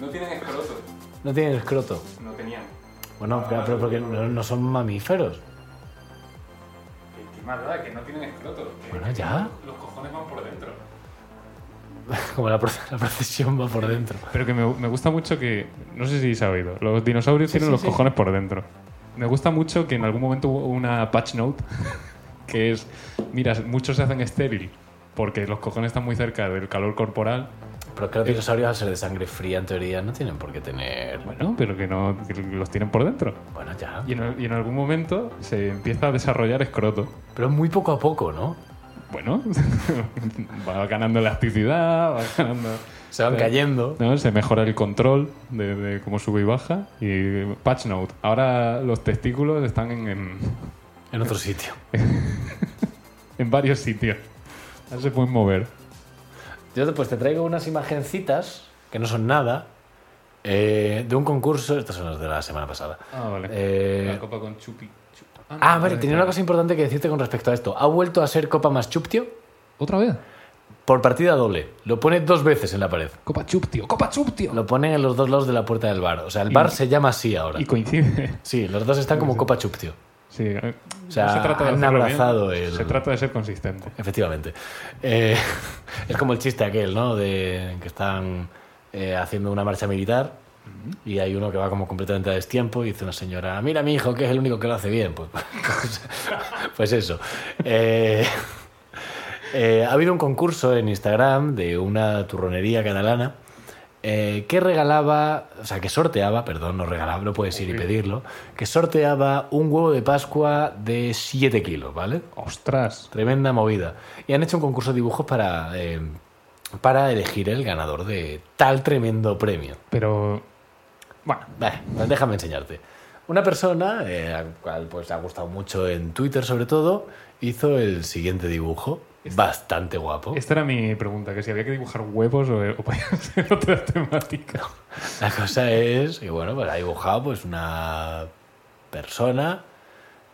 S5: No tienen escroto.
S1: No tienen escroto.
S5: No tenían.
S1: Bueno, claro, pero porque no, no son mamíferos.
S5: ¿Qué, qué maldad, que no tienen escroto. que
S1: Bueno, ya. (laughs)
S5: Los cojones van por dentro.
S1: Como la, proce- la procesión va por dentro.
S2: Pero que me, me gusta mucho que. No sé si se ha oído. Los dinosaurios tienen
S1: sí,
S2: los
S1: sí.
S2: cojones por dentro. Me gusta mucho que en algún momento hubo una patch note (laughs) que es. Mira, muchos se hacen estéril porque los cojones están muy cerca del calor corporal.
S1: Pero es que los dinosaurios, al ser de sangre fría, en teoría, no tienen por qué tener...
S2: Bueno, pero que no que los tienen por dentro.
S1: Bueno, ya.
S2: Y en, al- y en algún momento se empieza a desarrollar escroto.
S1: Pero muy poco a poco, ¿no?
S2: Bueno, (laughs) va ganando elasticidad, va ganando.
S1: Se van cayendo.
S2: ¿no? Se mejora el control de, de cómo sube y baja. Y patch note. Ahora los testículos están en, en,
S1: En otro sitio.
S2: en varios sitios. Ahora se pueden mover.
S1: Yo pues te traigo unas imagencitas, que no son nada, eh, de un concurso, estas son las de la semana pasada.
S2: Ah, vale.
S1: Eh,
S2: La copa con chupi. chup- no,
S1: ah, vale, tenía una
S2: claro.
S1: cosa importante que decirte con respecto a esto. Ha vuelto a ser Copa más Chuptio
S2: ¿Otra vez?
S1: por partida doble. Lo pone dos veces en la pared.
S2: Copa chup, tío. Copa chup, tío.
S1: Lo ponen en los dos lados de la puerta del bar. O sea, el bar se llama así ahora.
S2: Y coincide. (laughs)
S1: Sí, los dos están como Copa Chuptio.
S2: Sí. eh,
S1: O sea,
S2: no se trata de
S1: han
S2: hacerlo bien,
S1: abrazado el-
S2: Se trata de ser consistente.
S1: Efectivamente. Eh, (laughs) es como el chiste aquel, ¿no? De que están eh, haciendo una marcha militar y hay uno que va como completamente a destiempo y dice una señora, mira a mi hijo, que es el único que lo hace bien. Pues, (laughs) pues, pues eso. Eh, eh, ha habido un concurso en Instagram de una turronería catalana eh, que regalaba, o sea, que sorteaba, perdón, no regalaba, no puedes ir y pedirlo, que sorteaba un huevo de Pascua de 7 kilos, ¿vale?
S2: Ostras.
S1: Tremenda movida. Y han hecho un concurso de dibujos para, eh, para elegir el ganador de tal tremendo premio.
S2: Pero. Bueno,
S1: Vale, pues déjame enseñarte. Una persona, eh, a la cual pues ha gustado mucho en Twitter sobre todo, hizo el siguiente dibujo, bastante guapo.
S2: Esta era mi pregunta, que si había que dibujar huevos o, o podía (laughs) ser otra temática.
S1: La cosa es que, bueno, pues ha dibujado pues una persona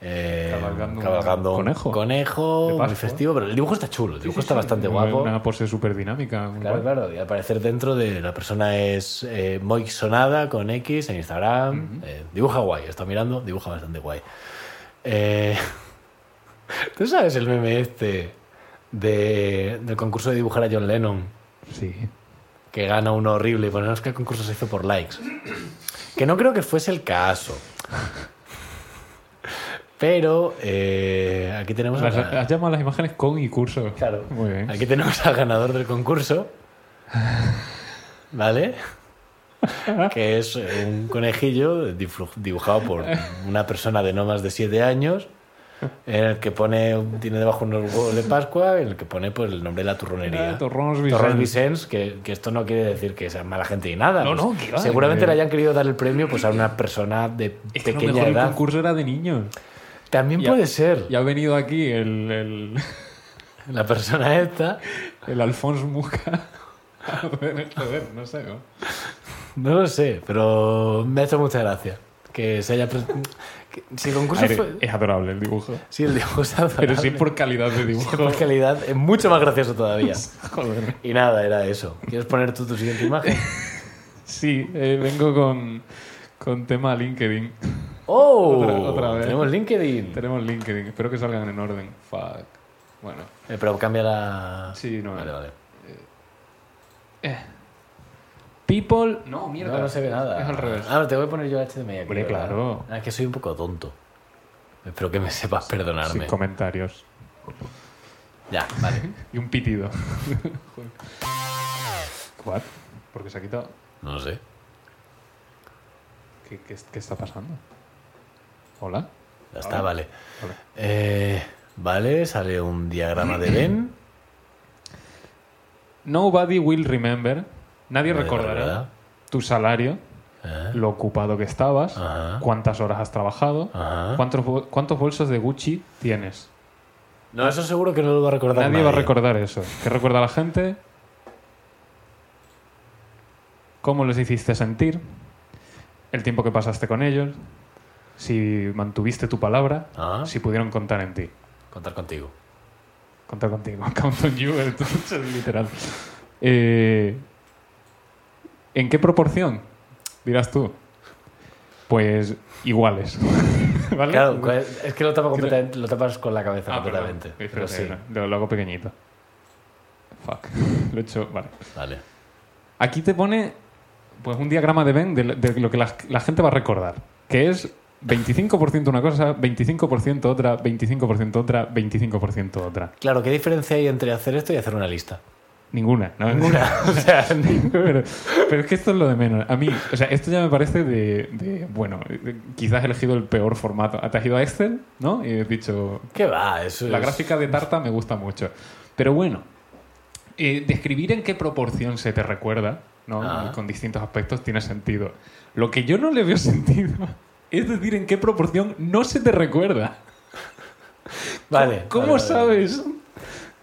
S1: eh,
S2: Cabalgando un
S1: cabalgando un
S2: conejo.
S1: conejo,
S2: De
S1: muy
S2: Pascua.
S1: festivo, pero el dibujo está chulo, el dibujo está bastante guapo.
S2: Una pose súper dinámica. muy
S1: Claro,
S2: guay.
S1: claro. Y al parecer dentro de la persona es eh, Moixonada con X en Instagram. Eh, dibuja guay, está mirando, dibuja bastante guay. Eh, (laughs) ¿Tú sabes el meme este de- del concurso de dibujar a John Lennon?
S2: Sí.
S1: Que gana uno horrible y ponemos que el concurso se hizo por likes. Que no creo que fuese el caso. Pero eh, aquí tenemos...
S2: Las-
S1: a la-
S2: has llamado a las imágenes con y curso.
S1: Claro.
S2: Muy bien.
S1: Aquí tenemos al ganador del concurso. ¿Vale? Que es un conejillo difu- dibujado por una persona de no más de 7 años. En el que pone, tiene debajo unos huevos de Pascua, en el que pone pues, el nombre de la turronería.
S2: Ah, Torrons
S1: Torrons
S2: Vicens.
S1: Vicens, que, que esto no quiere decir que sea mala gente ni nada.
S2: No,
S1: pues,
S2: no, que va,
S1: seguramente
S2: que-
S1: le hayan querido dar el premio pues, a una persona de
S2: Es que a lo
S1: pequeña
S2: mejor el
S1: edad.
S2: concurso era de niños.
S1: También
S2: Ya-
S1: puede ser
S2: Y ha venido aquí el, el,
S1: la persona esta.
S2: el Alphonse Muca (laughs) Joder, joder, no sé. ¿no?
S1: No lo sé, pero me ha hecho mucha gracia. Que se haya. pre- que- si el concurso
S2: A ver,
S1: fue.
S2: es adorable el dibujo.
S1: Sí, el dibujo es adorable.
S2: Pero sí por calidad
S1: (laughs)
S2: de
S1: Sí,
S2: dibujo.
S1: por calidad, es mucho más gracioso todavía.
S2: Joder.
S1: Y nada, era eso. ¿Quieres poner tú tu siguiente
S2: (laughs)
S1: imagen?
S2: Sí, eh, vengo con, con tema LinkedIn. (laughs)
S1: ¡Oh!
S2: Otra- otra vez.
S1: Tenemos LinkedIn.
S2: Tenemos LinkedIn, espero que salgan en orden. Fuck. Bueno,
S1: Eh, pero cambia la.
S2: sí, no.
S1: Vale, vale.
S2: People. No, Oh, mierda.
S1: No, no se ve nada.
S2: Es al revés.
S1: Ah, te voy a poner yo HDMI aquí.
S2: Hombre,
S1: ¿verdad?
S2: claro.
S1: Ah, es que soy un poco tonto. Espero que me sepas
S2: Sin
S1: perdonarme.
S2: comentarios.
S1: ya,
S2: (laughs)
S1: vale.
S2: Y un pitido. Joder. ¿What? Porque se ha quitado.
S1: No sé.
S2: ¿Qué, qué, qué está pasando? ¿Hola?
S1: Ya está, vale.
S2: Vale.
S1: Eh, vale, sale un diagrama
S2: (clears throat)
S1: de Ben.
S2: Nobody will remember. Nadie
S1: Nadie
S2: recordará
S1: recordará.
S2: tu salario,
S1: Ah,
S2: lo ocupado que estabas,
S1: Ajá.
S2: cuántas horas has trabajado,
S1: Ajá.
S2: cuántos, bol- cuántos bolsos de Gucci tienes.
S1: No, eso seguro que no lo va a recordar.
S2: Nadie va a recordar eso. ¿Qué recuerda la gente? ¿Cómo los hiciste sentir? ¿El tiempo que pasaste con ellos? ¿Si mantuviste tu palabra?
S1: Ah.
S2: ¿Si pudieron contar en ti?
S1: Contar contigo.
S2: Contar contigo. (laughs) Count on you, entonces, literal. Eh, ¿En qué proporción? Dirás tú. Pues iguales. (laughs) ¿Vale?
S1: Claro, cua- es que lo, tapa completamente- lo tapas con la cabeza
S2: Ah, perdón.
S1: completamente.
S2: Espérate,
S1: Pero sí,
S2: lo, lo hago pequeñito. Fuck. (laughs) Lo he hecho. Vale.
S1: vale.
S2: Aquí te pone pues un diagrama de Venn de, lo- de lo que la, la gente va a recordar, que es 25% una cosa, 25% otra, 25% otra, 25% otra.
S1: Claro, ¿qué diferencia hay entre hacer esto y hacer una lista?
S2: Ninguna, ¿no? (laughs) Ninguna.
S1: O sea,
S2: pero, pero es que esto es lo de menos. A mí, o sea, esto ya me parece de, de, bueno, de- quizás he elegido el peor formato. Te has ido a Excel, ¿no? Y he dicho,
S1: ¿qué va? Eso
S2: La
S1: es-
S2: gráfica de tarta me gusta mucho. Pero bueno, eh, describir en qué proporción se te recuerda, ¿no?
S1: Ah.
S2: con distintos aspectos, tiene sentido. Lo que yo no le veo (laughs) sentido es decir en qué proporción no se te recuerda.
S1: Vale.
S2: ¿Cómo
S1: vale, vale.
S2: sabes?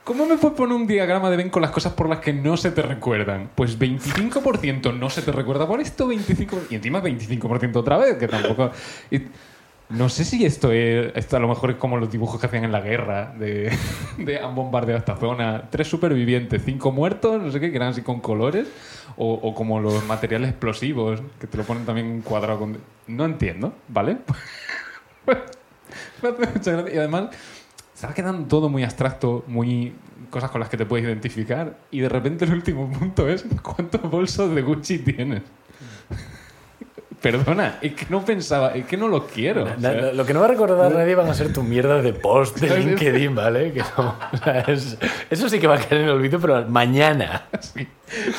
S2: ¿Cómo me puedes poner un diagrama de Ben con las cosas por las que no se te recuerdan? Pues 25% no se te recuerda por esto, 25%... Y encima 25% otra vez, que tampoco... y no sé si esto es... Esto a lo mejor es como los dibujos que hacían en la guerra, de, de han bombardeado esta zona. Tres supervivientes, cinco muertos, no sé qué, que eran así con colores. O, o como los materiales explosivos, que te lo ponen también en un cuadrado con... No entiendo, ¿vale? (laughs) Me hace mucha gracia. Y además, estaba quedando todo muy abstracto, muy cosas con las que te puedes identificar. Y de repente el último punto es cuántos bolsos de Gucci tienes. (laughs) Perdona, es que no pensaba, es que no los quiero.
S1: Na-
S2: o sea,
S1: na- lo que no va a recordar nadie van a ser tu mierda de post
S2: (laughs)
S1: de
S2: ¿Sabes?
S1: LinkedIn, ¿vale? Que no- o sea, es- eso sí que va a caer en el olvido, pero mañana.
S2: (laughs) sí.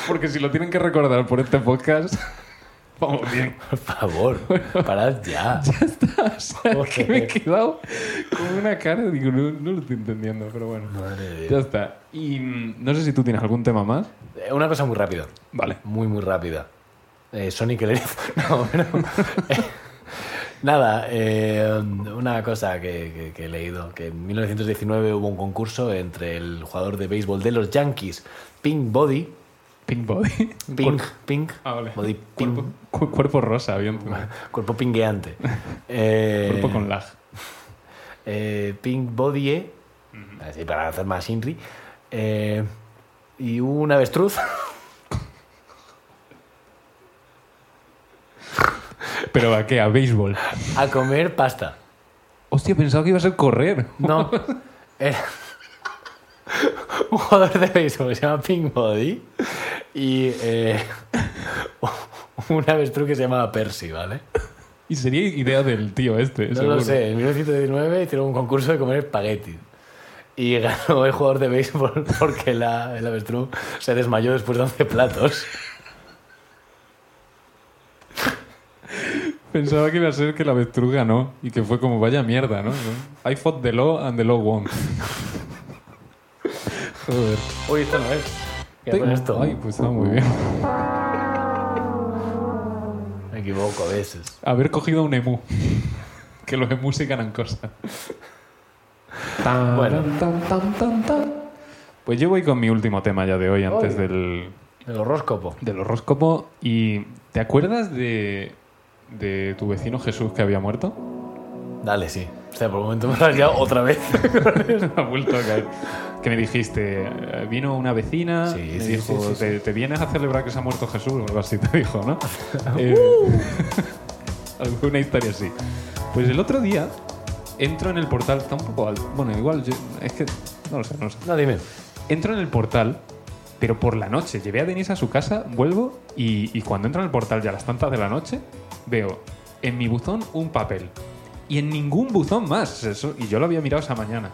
S2: Porque si lo tienen que recordar por este podcast, (laughs) vamos bien.
S1: Por
S2: (laughs)
S1: favor, parad ya.
S2: O sea, (laughs) es que me he
S1: Joder.
S2: quedado con una cara, digo, no, no lo estoy entendiendo, pero bueno.
S1: Madre de
S2: Ya
S1: Dios.
S2: está. Y mm, no sé si tú tienes algún tema más.
S1: Eh, Una cosa muy rápida.
S2: Vale.
S1: Muy, muy rápida. Eh, Sonic el Erizo. (laughs) No, pero- eh, nada, eh, una cosa que, que- que he leído, que en 1919 hubo un concurso entre el jugador de béisbol de los Yankees, Pink Body,
S2: Pink Body.
S1: Pink, Pink,
S2: Ah, vale.
S1: Body Pink,
S2: Cuerpo, cu- cuerpo rosa, bien.
S1: cuerpo pingueante. Eh,
S2: Cuerpo con lag.
S1: eh, Pink Bodie, así para hacer más Inri, eh, y un avestruz.
S2: Pero a qué, a béisbol.
S1: a comer pasta.
S2: Hostia, pensaba que iba a ser correr.
S1: (laughs) No. Era Eh, un jugador de béisbol que se llama Pink Body y eh, (laughs) un avestruz que se llamaba Percy, ¿vale?
S2: Y sería idea del tío este.
S1: No
S2: seguro.
S1: lo sé, en 1919 hicieron un concurso de comer espagueti. Y ganó el jugador de béisbol (laughs) porque la, el avestruz se desmayó después de 11 platos.
S2: Pensaba que iba a ser que la avestruz ganó y que fue como vaya
S1: (laughs)
S2: mierda, ¿no? I fought the law and the law won. Joder.
S1: Uy, esto no es. ¿Qué
S2: Tengo-
S1: con esto?
S2: Ay, pues está muy bien.
S1: Me equivoco a veces.
S2: Haber cogido un emu. (laughs) Que los emus se ganan cosas.
S1: Bueno.
S2: Tan, tan, tan, tan. Pues yo voy con mi último tema ya de hoy, antes
S1: Oye.
S2: del,
S1: El horóscopo.
S2: Del horóscopo. ¿Y te acuerdas de, de tu vecino Jesús que había muerto?
S1: Dale, sí. O sea, por un momento me he rayado otra vez. Pues,
S2: (laughs) Ha vuelto a caer. Que me dijiste, eh, vino una vecina,
S1: Sí,
S2: me
S1: sí, sí,
S2: dijo,
S1: sí, sí.
S2: ¿Te, te vienes a celebrar que se ha muerto Jesús, o algo así te dijo,
S1: (laughs)
S2: ¿no? Eh,
S1: Uh.
S2: (laughs) alguna historia así. Pues el otro día entro en el portal, está un poco alto. Bueno, igual, yo- es que no lo sé, no lo sé.
S1: No, dime.
S2: Entro en el portal, pero por la noche. Llevé a Denise a su casa, vuelvo y, y cuando entro en el portal ya a las tantas de la noche, veo en mi buzón un papel. Y en ningún buzón más. Eso- y yo lo había mirado esa mañana.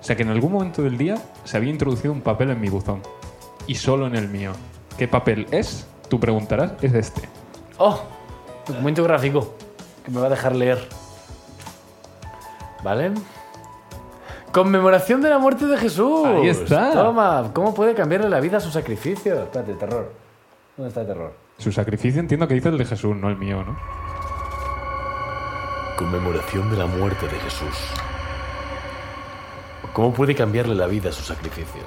S2: O sea que en algún momento del día se había introducido un papel en mi buzón. Y solo en el mío. ¿Qué papel es? Tú preguntarás, es este.
S1: ¡Oh! Documento gráfico que me va a dejar leer. ¿Vale? Conmemoración de la muerte de Jesús.
S2: Ahí está.
S1: Toma, ¿cómo puede cambiarle la vida a su sacrificio? Espérate, terror. ¿Dónde está el terror?
S2: Su sacrificio entiendo que dice el de Jesús, no el mío, ¿no?
S1: Conmemoración de la muerte de Jesús. ¿Cómo puede cambiarle la vida a su sacrificio?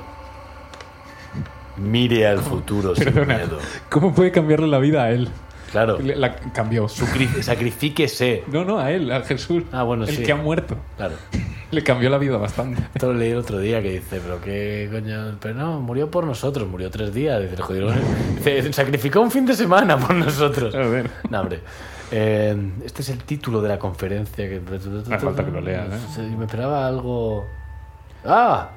S1: Mire al
S2: (laughs)
S1: futuro sin
S2: Perdona.
S1: miedo.
S2: ¿Cómo puede cambiarle la vida a él?
S1: Claro.
S2: Le- La cambió. Su-
S1: Cri- Sacrifíquese.
S2: No, no, a él, a Jesús.
S1: Ah, bueno,
S2: el
S1: sí.
S2: que ha muerto.
S1: Claro.
S2: Le cambió la vida bastante.
S1: Esto lo leí el otro día que dice, pero qué coño. Pero no, murió por nosotros, murió tres días. Dice, jodieron. (laughs) Dice, sacrificó un fin de semana por nosotros.
S2: A ver.
S1: No, hombre. Eh, este es el título de la conferencia. Que... No
S2: hace falta que lo leas, ¿eh?
S1: me esperaba algo. ¡Ah!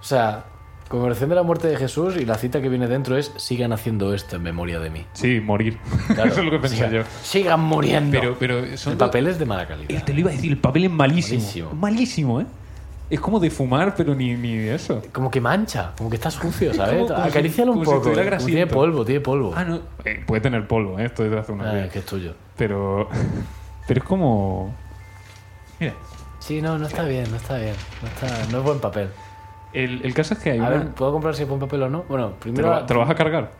S1: O sea, conmemoración de la muerte de Jesús y la cita que viene dentro es: sigan haciendo esto en memoria de mí.
S2: Sí, morir.
S1: Claro,
S2: (laughs) Eso es lo que pensé
S1: sigan,
S2: yo.
S1: Sigan muriendo.
S2: Pero, pero son
S1: el papel es de mala calidad.
S2: Eh, Te lo iba a decir, el papel es malísimo.
S1: Malísimo.
S2: Malísimo, ¿eh? Es como de fumar, pero ni, ni de eso.
S1: Como que mancha, como que está sucio, ¿sabes?
S2: Como- como si-
S1: Acarícialo un
S2: como si
S1: poco.
S2: estuviera
S1: eh, como
S2: grasiento.
S1: tiene polvo, tiene polvo.
S2: Ah, no. eh, puede tener polvo, ¿eh? Esto es de hace unos
S1: Ah,
S2: días.
S1: es que es tuyo.
S2: Pero. (laughs) Pero es como. Mira.
S1: Sí, no, no está bien, no está bien. No, está, no es buen papel.
S2: El, el caso es que hay
S1: A
S2: una.
S1: ver, ¿puedo comprar si es buen papel o no? Bueno,
S2: ¿Te lo,
S1: primero.
S2: te lo vas a cargar?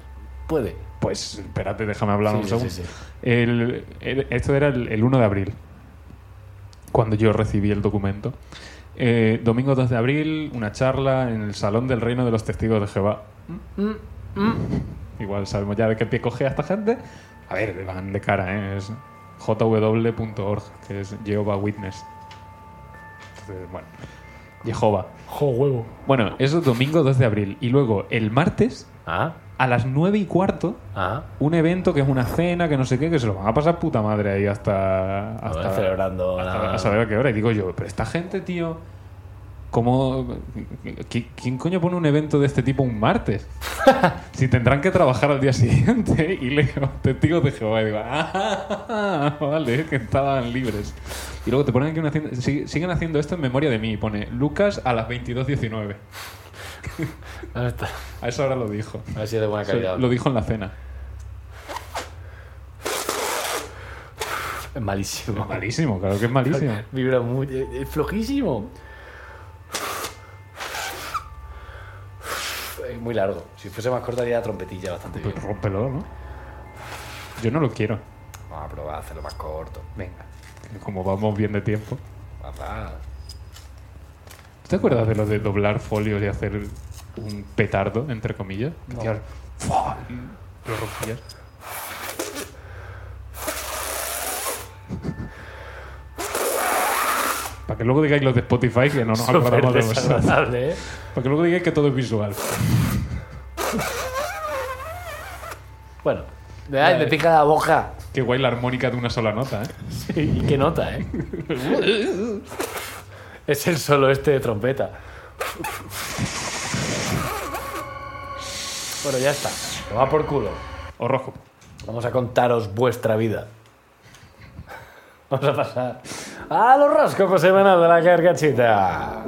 S1: Puede.
S2: Pues espérate, déjame hablar
S1: Sí,
S2: un
S1: sí,
S2: segundo.
S1: sí, sí.
S2: El- el- esto era el, el 1 de abril, cuando yo recibí el documento. Eh, domingo 2 de abril, una charla en el Salón del Reino de los Testigos de Jehová. Mm, mm, mm. Igual sabemos ya de qué pie coge a esta gente. A ver, le van de cara, ¿eh? Es jw.org, que es Jehovah Witness. Entonces, bueno, Jehová.
S1: ¡Jo, huevo!
S2: Bueno, eso es domingo 2 de abril. Y luego, el martes,
S1: Ah,
S2: a las 9 y cuarto,
S1: ah.
S2: un evento que es una cena, que no sé qué, que se lo van a pasar puta madre ahí hasta.
S1: Ahora
S2: hasta
S1: celebrando.
S2: hasta-
S1: la- (laughs)
S2: a saber a qué hora. Y digo yo, pero esta gente, tío. ¿Cómo. qui- ¿Quién coño pone un evento de este tipo un martes?
S1: (laughs)
S2: si tendrán que trabajar al día siguiente. (laughs) Y leo testigos de Jehová. Y digo, ah, vale, que estaban libres. Y luego te ponen aquí una. hacienda- sig- Siguen haciendo esto en memoria de mí. Y pone Lucas a las 22.19.
S1: Ah, está.
S2: A esa hora lo dijo.
S1: A ver si es de buena
S2: Eso
S1: calidad.
S2: lo dijo en la cena.
S1: Es malísimo.
S2: Malísimo, claro que es malísimo.
S1: (laughs) Vibra muy. eh, Es flojísimo. Es muy largo. Si fuese más corta, haría la trompetilla bastante bien.
S2: Pues rómpelo, ¿no? Yo no lo quiero.
S1: Vamos a probar a hacerlo más corto.
S2: Venga. Como vamos bien de tiempo.
S1: Papá.
S2: ¿Tú ¿Te acuerdas de lo de doblar folios y hacer un petardo, entre comillas? Que hacías ¡fua! y Lo rompías. Para que luego digáis los de Spotify que no nos acordamos de vosotros.
S1: desagradable, ¿eh?
S2: Para que luego digáis que todo es visual.
S1: Bueno. Ay, me pica la boca.
S2: Qué guay la armónica de una sola nota, ¿eh?
S1: Y qué nota, ¿eh? (laughs) es el solo este de trompeta. bueno, ya está. Toma por culo.
S2: rojo.
S1: Vamos a contaros vuestra vida. Vamos a pasar a los rascos semanal de la carcachita.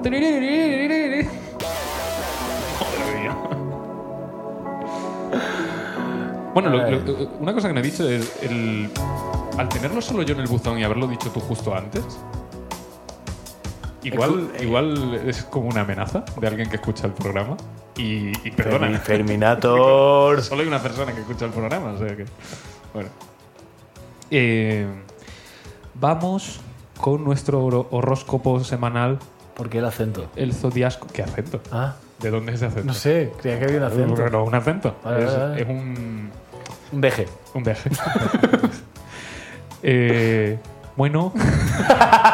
S2: Bueno, lo- lo- una cosa que no he dicho es el, al tenerlo solo yo en el buzón y haberlo dicho tú justo antes, igual es, igual es como una amenaza de alguien que escucha el programa. Y, y
S1: Fermi- (laughs)
S2: perdona,
S1: Ferminator.
S2: (laughs) solo hay una persona que escucha el programa, o sea que. Bueno. Eh, vamos con nuestro hor- horóscopo semanal
S1: ¿Por qué el acento?
S2: El zodiasco. ¿Qué acento?
S1: Ah,
S2: ¿De dónde es ese acento?
S1: no sé, Ah, creía que había un acento.
S2: No, no, un acento.
S1: Vale,
S2: es,
S1: vale, vale.
S2: es un.
S1: Un veje.
S2: Un viaje.
S1: (laughs)
S2: (laughs) Eh, bueno,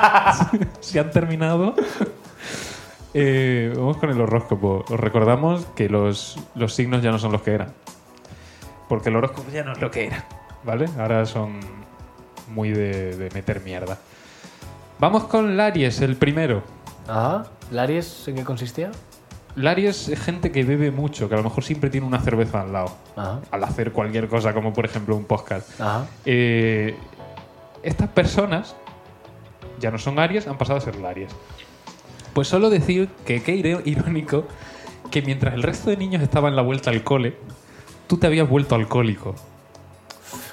S2: (laughs) si han terminado, eh, vamos con el horóscopo. Os recordamos que los, los signos ya no son los que eran. Porque el horóscopo ya no es lo que era. ¿Vale? Ahora son muy de, de meter mierda. Vamos con Laries, el primero.
S1: Ajá. ¿El Aries en qué consistía?
S2: Laries es gente que bebe mucho, que a lo mejor siempre tiene una cerveza al lado.
S1: Ajá.
S2: Al hacer cualquier cosa, como por ejemplo un podcast.
S1: Ajá.
S2: Eh, estas personas ya no son Aries, han pasado a ser Laries. Pues solo decir que qué ire- irónico que mientras el resto de niños estaba en la vuelta al cole, tú te habías vuelto alcohólico.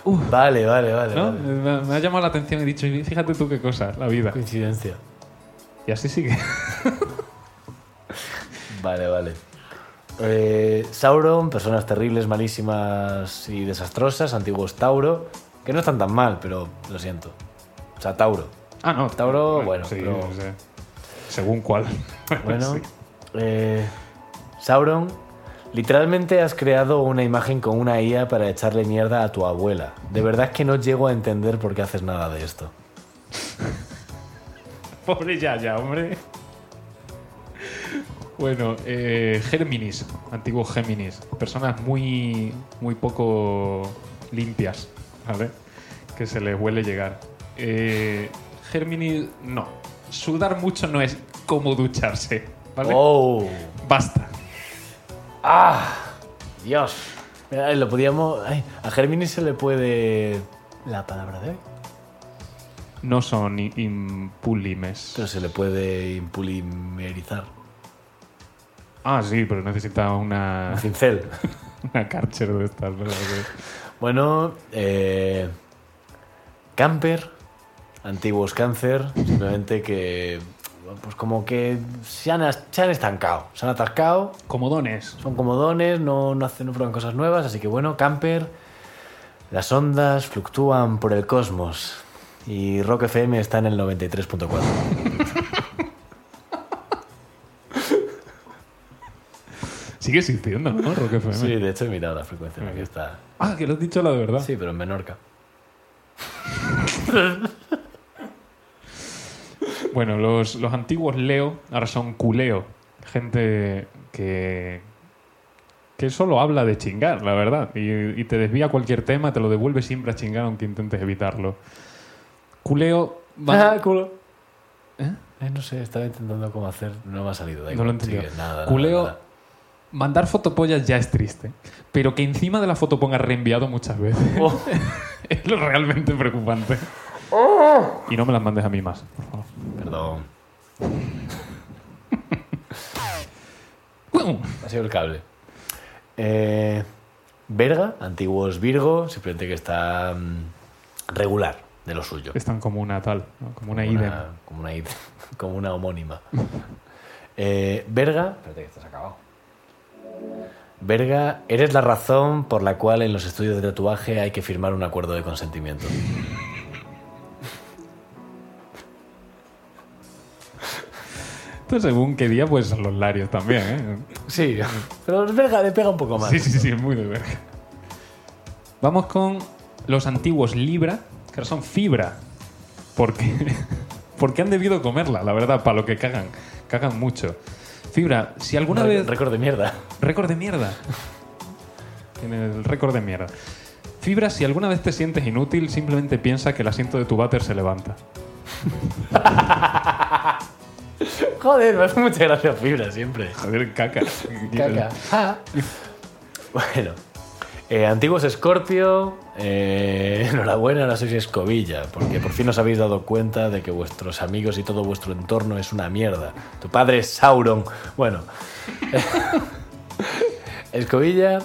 S1: Vale, vale, vale.
S2: ¿no?
S1: vale.
S2: Me, me ha llamado la atención y he dicho, fíjate tú qué cosa, la vida.
S1: Coincidencia.
S2: Y así sigue.
S1: Vale, vale. Eh, Sauron, personas terribles, malísimas y desastrosas, antiguos Tauro, que no están tan mal, pero lo siento. O sea, Tauro.
S2: Ah, no. (laughs)
S1: Tauro, bueno,
S2: sí,
S1: pero-
S2: o sea, según cuál.
S1: Bueno,
S2: (laughs) Sí.
S1: eh, Sauron, literalmente has creado una imagen con una IA para echarle mierda a tu abuela. De verdad que no llego a entender por qué haces nada de esto.
S2: (laughs) Pobre Yaya, hombre. Bueno, eh, Géminis, antiguo Géminis. Personas muy, muy poco limpias, ¿vale? Que se les huele llegar. Eh, Géminis, no. Sudar mucho no es como ducharse, ¿vale?
S1: ¡Oh!
S2: Basta.
S1: Dios. Mira, lo podíamos. ay, a Géminis se le puede. La palabra de hoy.
S2: No son i- impulimes.
S1: Pero se le puede impulimerizar.
S2: Ah, sí, pero necesita una, (laughs)
S1: Un cincel.
S2: una Karcher de estas. ¿no? Porque-
S1: Bueno, eh, camper, antiguos cáncer, simplemente que, bueno, pues como que se han, as- se han estancado, se han atascado,
S2: Comodones.
S1: son comodones, no, no, hacen, no prueban cosas nuevas, así que bueno, camper, las ondas fluctúan por el cosmos y Rock FM está en el 93.4.
S2: Sigue existiendo, ¿no? Rock FM?
S1: Sí, de hecho he mirado la frecuencia, aquí está.
S2: Ah, que lo has dicho la verdad.
S1: Sí, pero en Menorca.
S2: Bueno, los, los antiguos Leo ahora son culeo. Gente que. que solo habla de chingar, la verdad. Y, y te desvía cualquier tema, te lo devuelve siempre a chingar, aunque intentes evitarlo. Culeo. va-
S1: Ah, culo.
S2: ¿Eh?
S1: Eh, no sé, estaba intentando cómo hacer, no me ha salido. da
S2: No
S1: igual,
S2: lo he entendido.
S1: sigue, nada, nada,
S2: Culeo.
S1: nada.
S2: Mandar fotopollas ya es triste, pero que encima de la foto ponga reenviado muchas veces (laughs)
S1: Oh.
S2: es lo realmente preocupante. Y no me las mandes a mí más, por favor.
S1: (laughs) Perdón. Ha sido el cable. Eh, Verga, antiguos Virgo, simplemente que está mm, regular de lo suyo.
S2: Es tan como una tal, ¿no? como una,
S1: Como
S2: idem.
S1: una, como una id- (laughs) como una homónima. (laughs) Eh, Verga. Espérate que estás acabado. Verga, eres la razón por la cual en los estudios de tatuaje hay que firmar un acuerdo de consentimiento.
S2: Esto según qué día, pues los larios también, ¿eh?
S1: Sí, pero Verga le pega un poco más.
S2: Sí, sí, sí, es muy de verga. pues Vamos con los antiguos Libra, que ahora son fibra. Porque, (laughs) porque han debido comerla, la verdad, para lo que cagan. Cagan mucho. Fibra, si alguna
S1: Una
S2: vez.
S1: Récord de mierda. (laughs)
S2: Récord de mierda. Tiene el récord de mierda. Fibra, si alguna vez te sientes inútil, simplemente piensa que el asiento de tu váter se levanta.
S1: Joder, me hace mucha gracia Fibra siempre.
S2: Joder, caca.
S1: Caca. (laughs) bueno. eh, antiguos Escorpio, eh, (laughs) enhorabuena, ahora sois escobilla, porque por fin os habéis dado cuenta de que vuestros amigos y todo vuestro entorno es una mierda. Tu padre es Sauron. Bueno. (laughs) escobilla,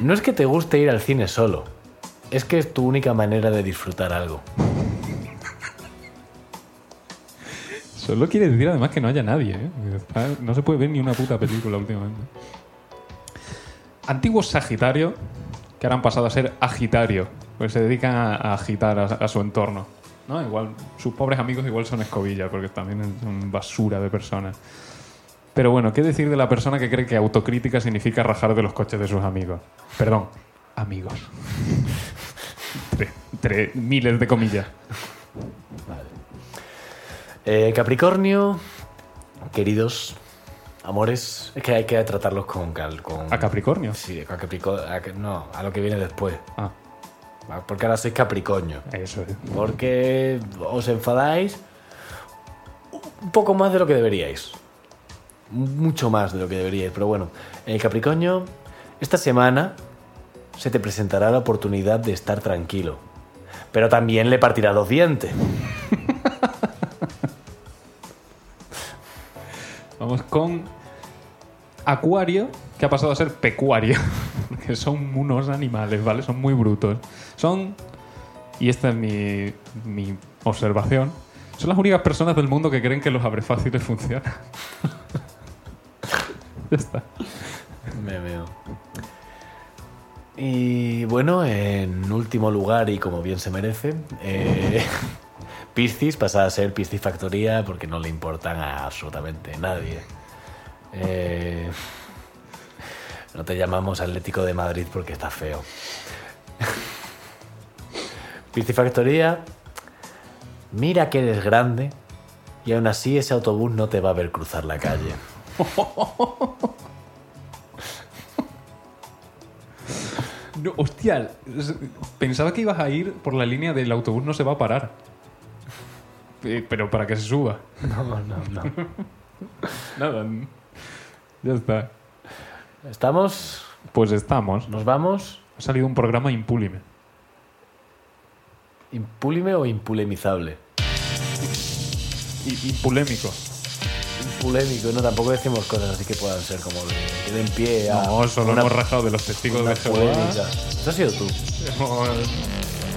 S1: no es que te guste ir al cine solo, es que es tu única manera de disfrutar algo.
S2: Solo quiere decir además que no haya nadie. ¿eh? Está- no se puede ver ni una puta película últimamente. Antiguos Sagitario, pues que ahora han pasado a ser Agitario, porque se dedican a, a agitar a, a su entorno. No, igual, sus pobres amigos igual son escobilla, porque también son basura de personas. Pero bueno, ¿qué decir de la persona que cree que autocrítica significa rajar de los coches de sus amigos? Perdón, amigos. (laughs) entre, entre miles de comillas.
S1: Eh, Capricornio, queridos amores, es que hay que tratarlos con cal. Con...
S2: A Capricornio.
S1: Sí, con Capricornio. no, a lo que viene después.
S2: Ah,
S1: Porque ahora sois Capricornio.
S2: eso es.
S1: Porque os enfadáis un poco más de lo que deberíais. Mucho más de lo que deberíais. Pero bueno, eh, Capricornio, esta semana se te presentará la oportunidad de estar tranquilo. Pero también le partirá los dientes.
S2: Vamos con Acuario, que ha pasado a ser Pecuario, (laughs) que son unos animales, ¿vale? Son muy brutos. Son, y esta es mi, mi observación, son las únicas personas del mundo que creen que los abre fáciles funcionan. (laughs) ya está.
S1: Me veo. Y bueno, en último lugar, y como bien se merece, eh, (laughs) Piscis pasa a ser Piscis Factoría porque no le importan a absolutamente nadie. Eh, no te llamamos Atlético de Madrid porque está feo. (laughs) Piscis Factoría, mira que eres grande y aún así ese autobús no te va a ver cruzar la calle.
S2: No, hostia, es- pensaba que ibas a ir por la línea del autobús no se va a parar. Eh, Pero para que se suba.
S1: (laughs) No, no, no.
S2: Nada. n- Ya está.
S1: Estamos,
S2: Pues estamos.
S1: nos vamos.
S2: Ha salido un programa impúlime.
S1: ¿Impúlime o impulemizable?
S2: Y, y polémico.
S1: Impulémico, no, tampoco decimos cosas así que puedan ser como de, que den pie a.
S2: No, solo
S1: una-
S2: hemos rajado de los testigos
S1: una
S2: de Jehová.
S1: polémica. Eso has sido tú.
S2: Hemos,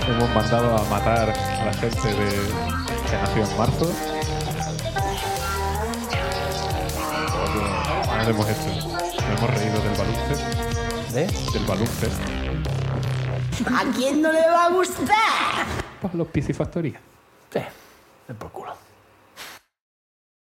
S2: hemos mandado a matar a la gente de, que nació en marzo. No lo hemos hecho. Nos hemos reído del baloncesto.
S1: ¿Eh?
S2: Del baloncesto.
S6: ¿A quién no le va a gustar?
S2: Pues los piscifactoría.
S1: Sí, ven Eh, por culo.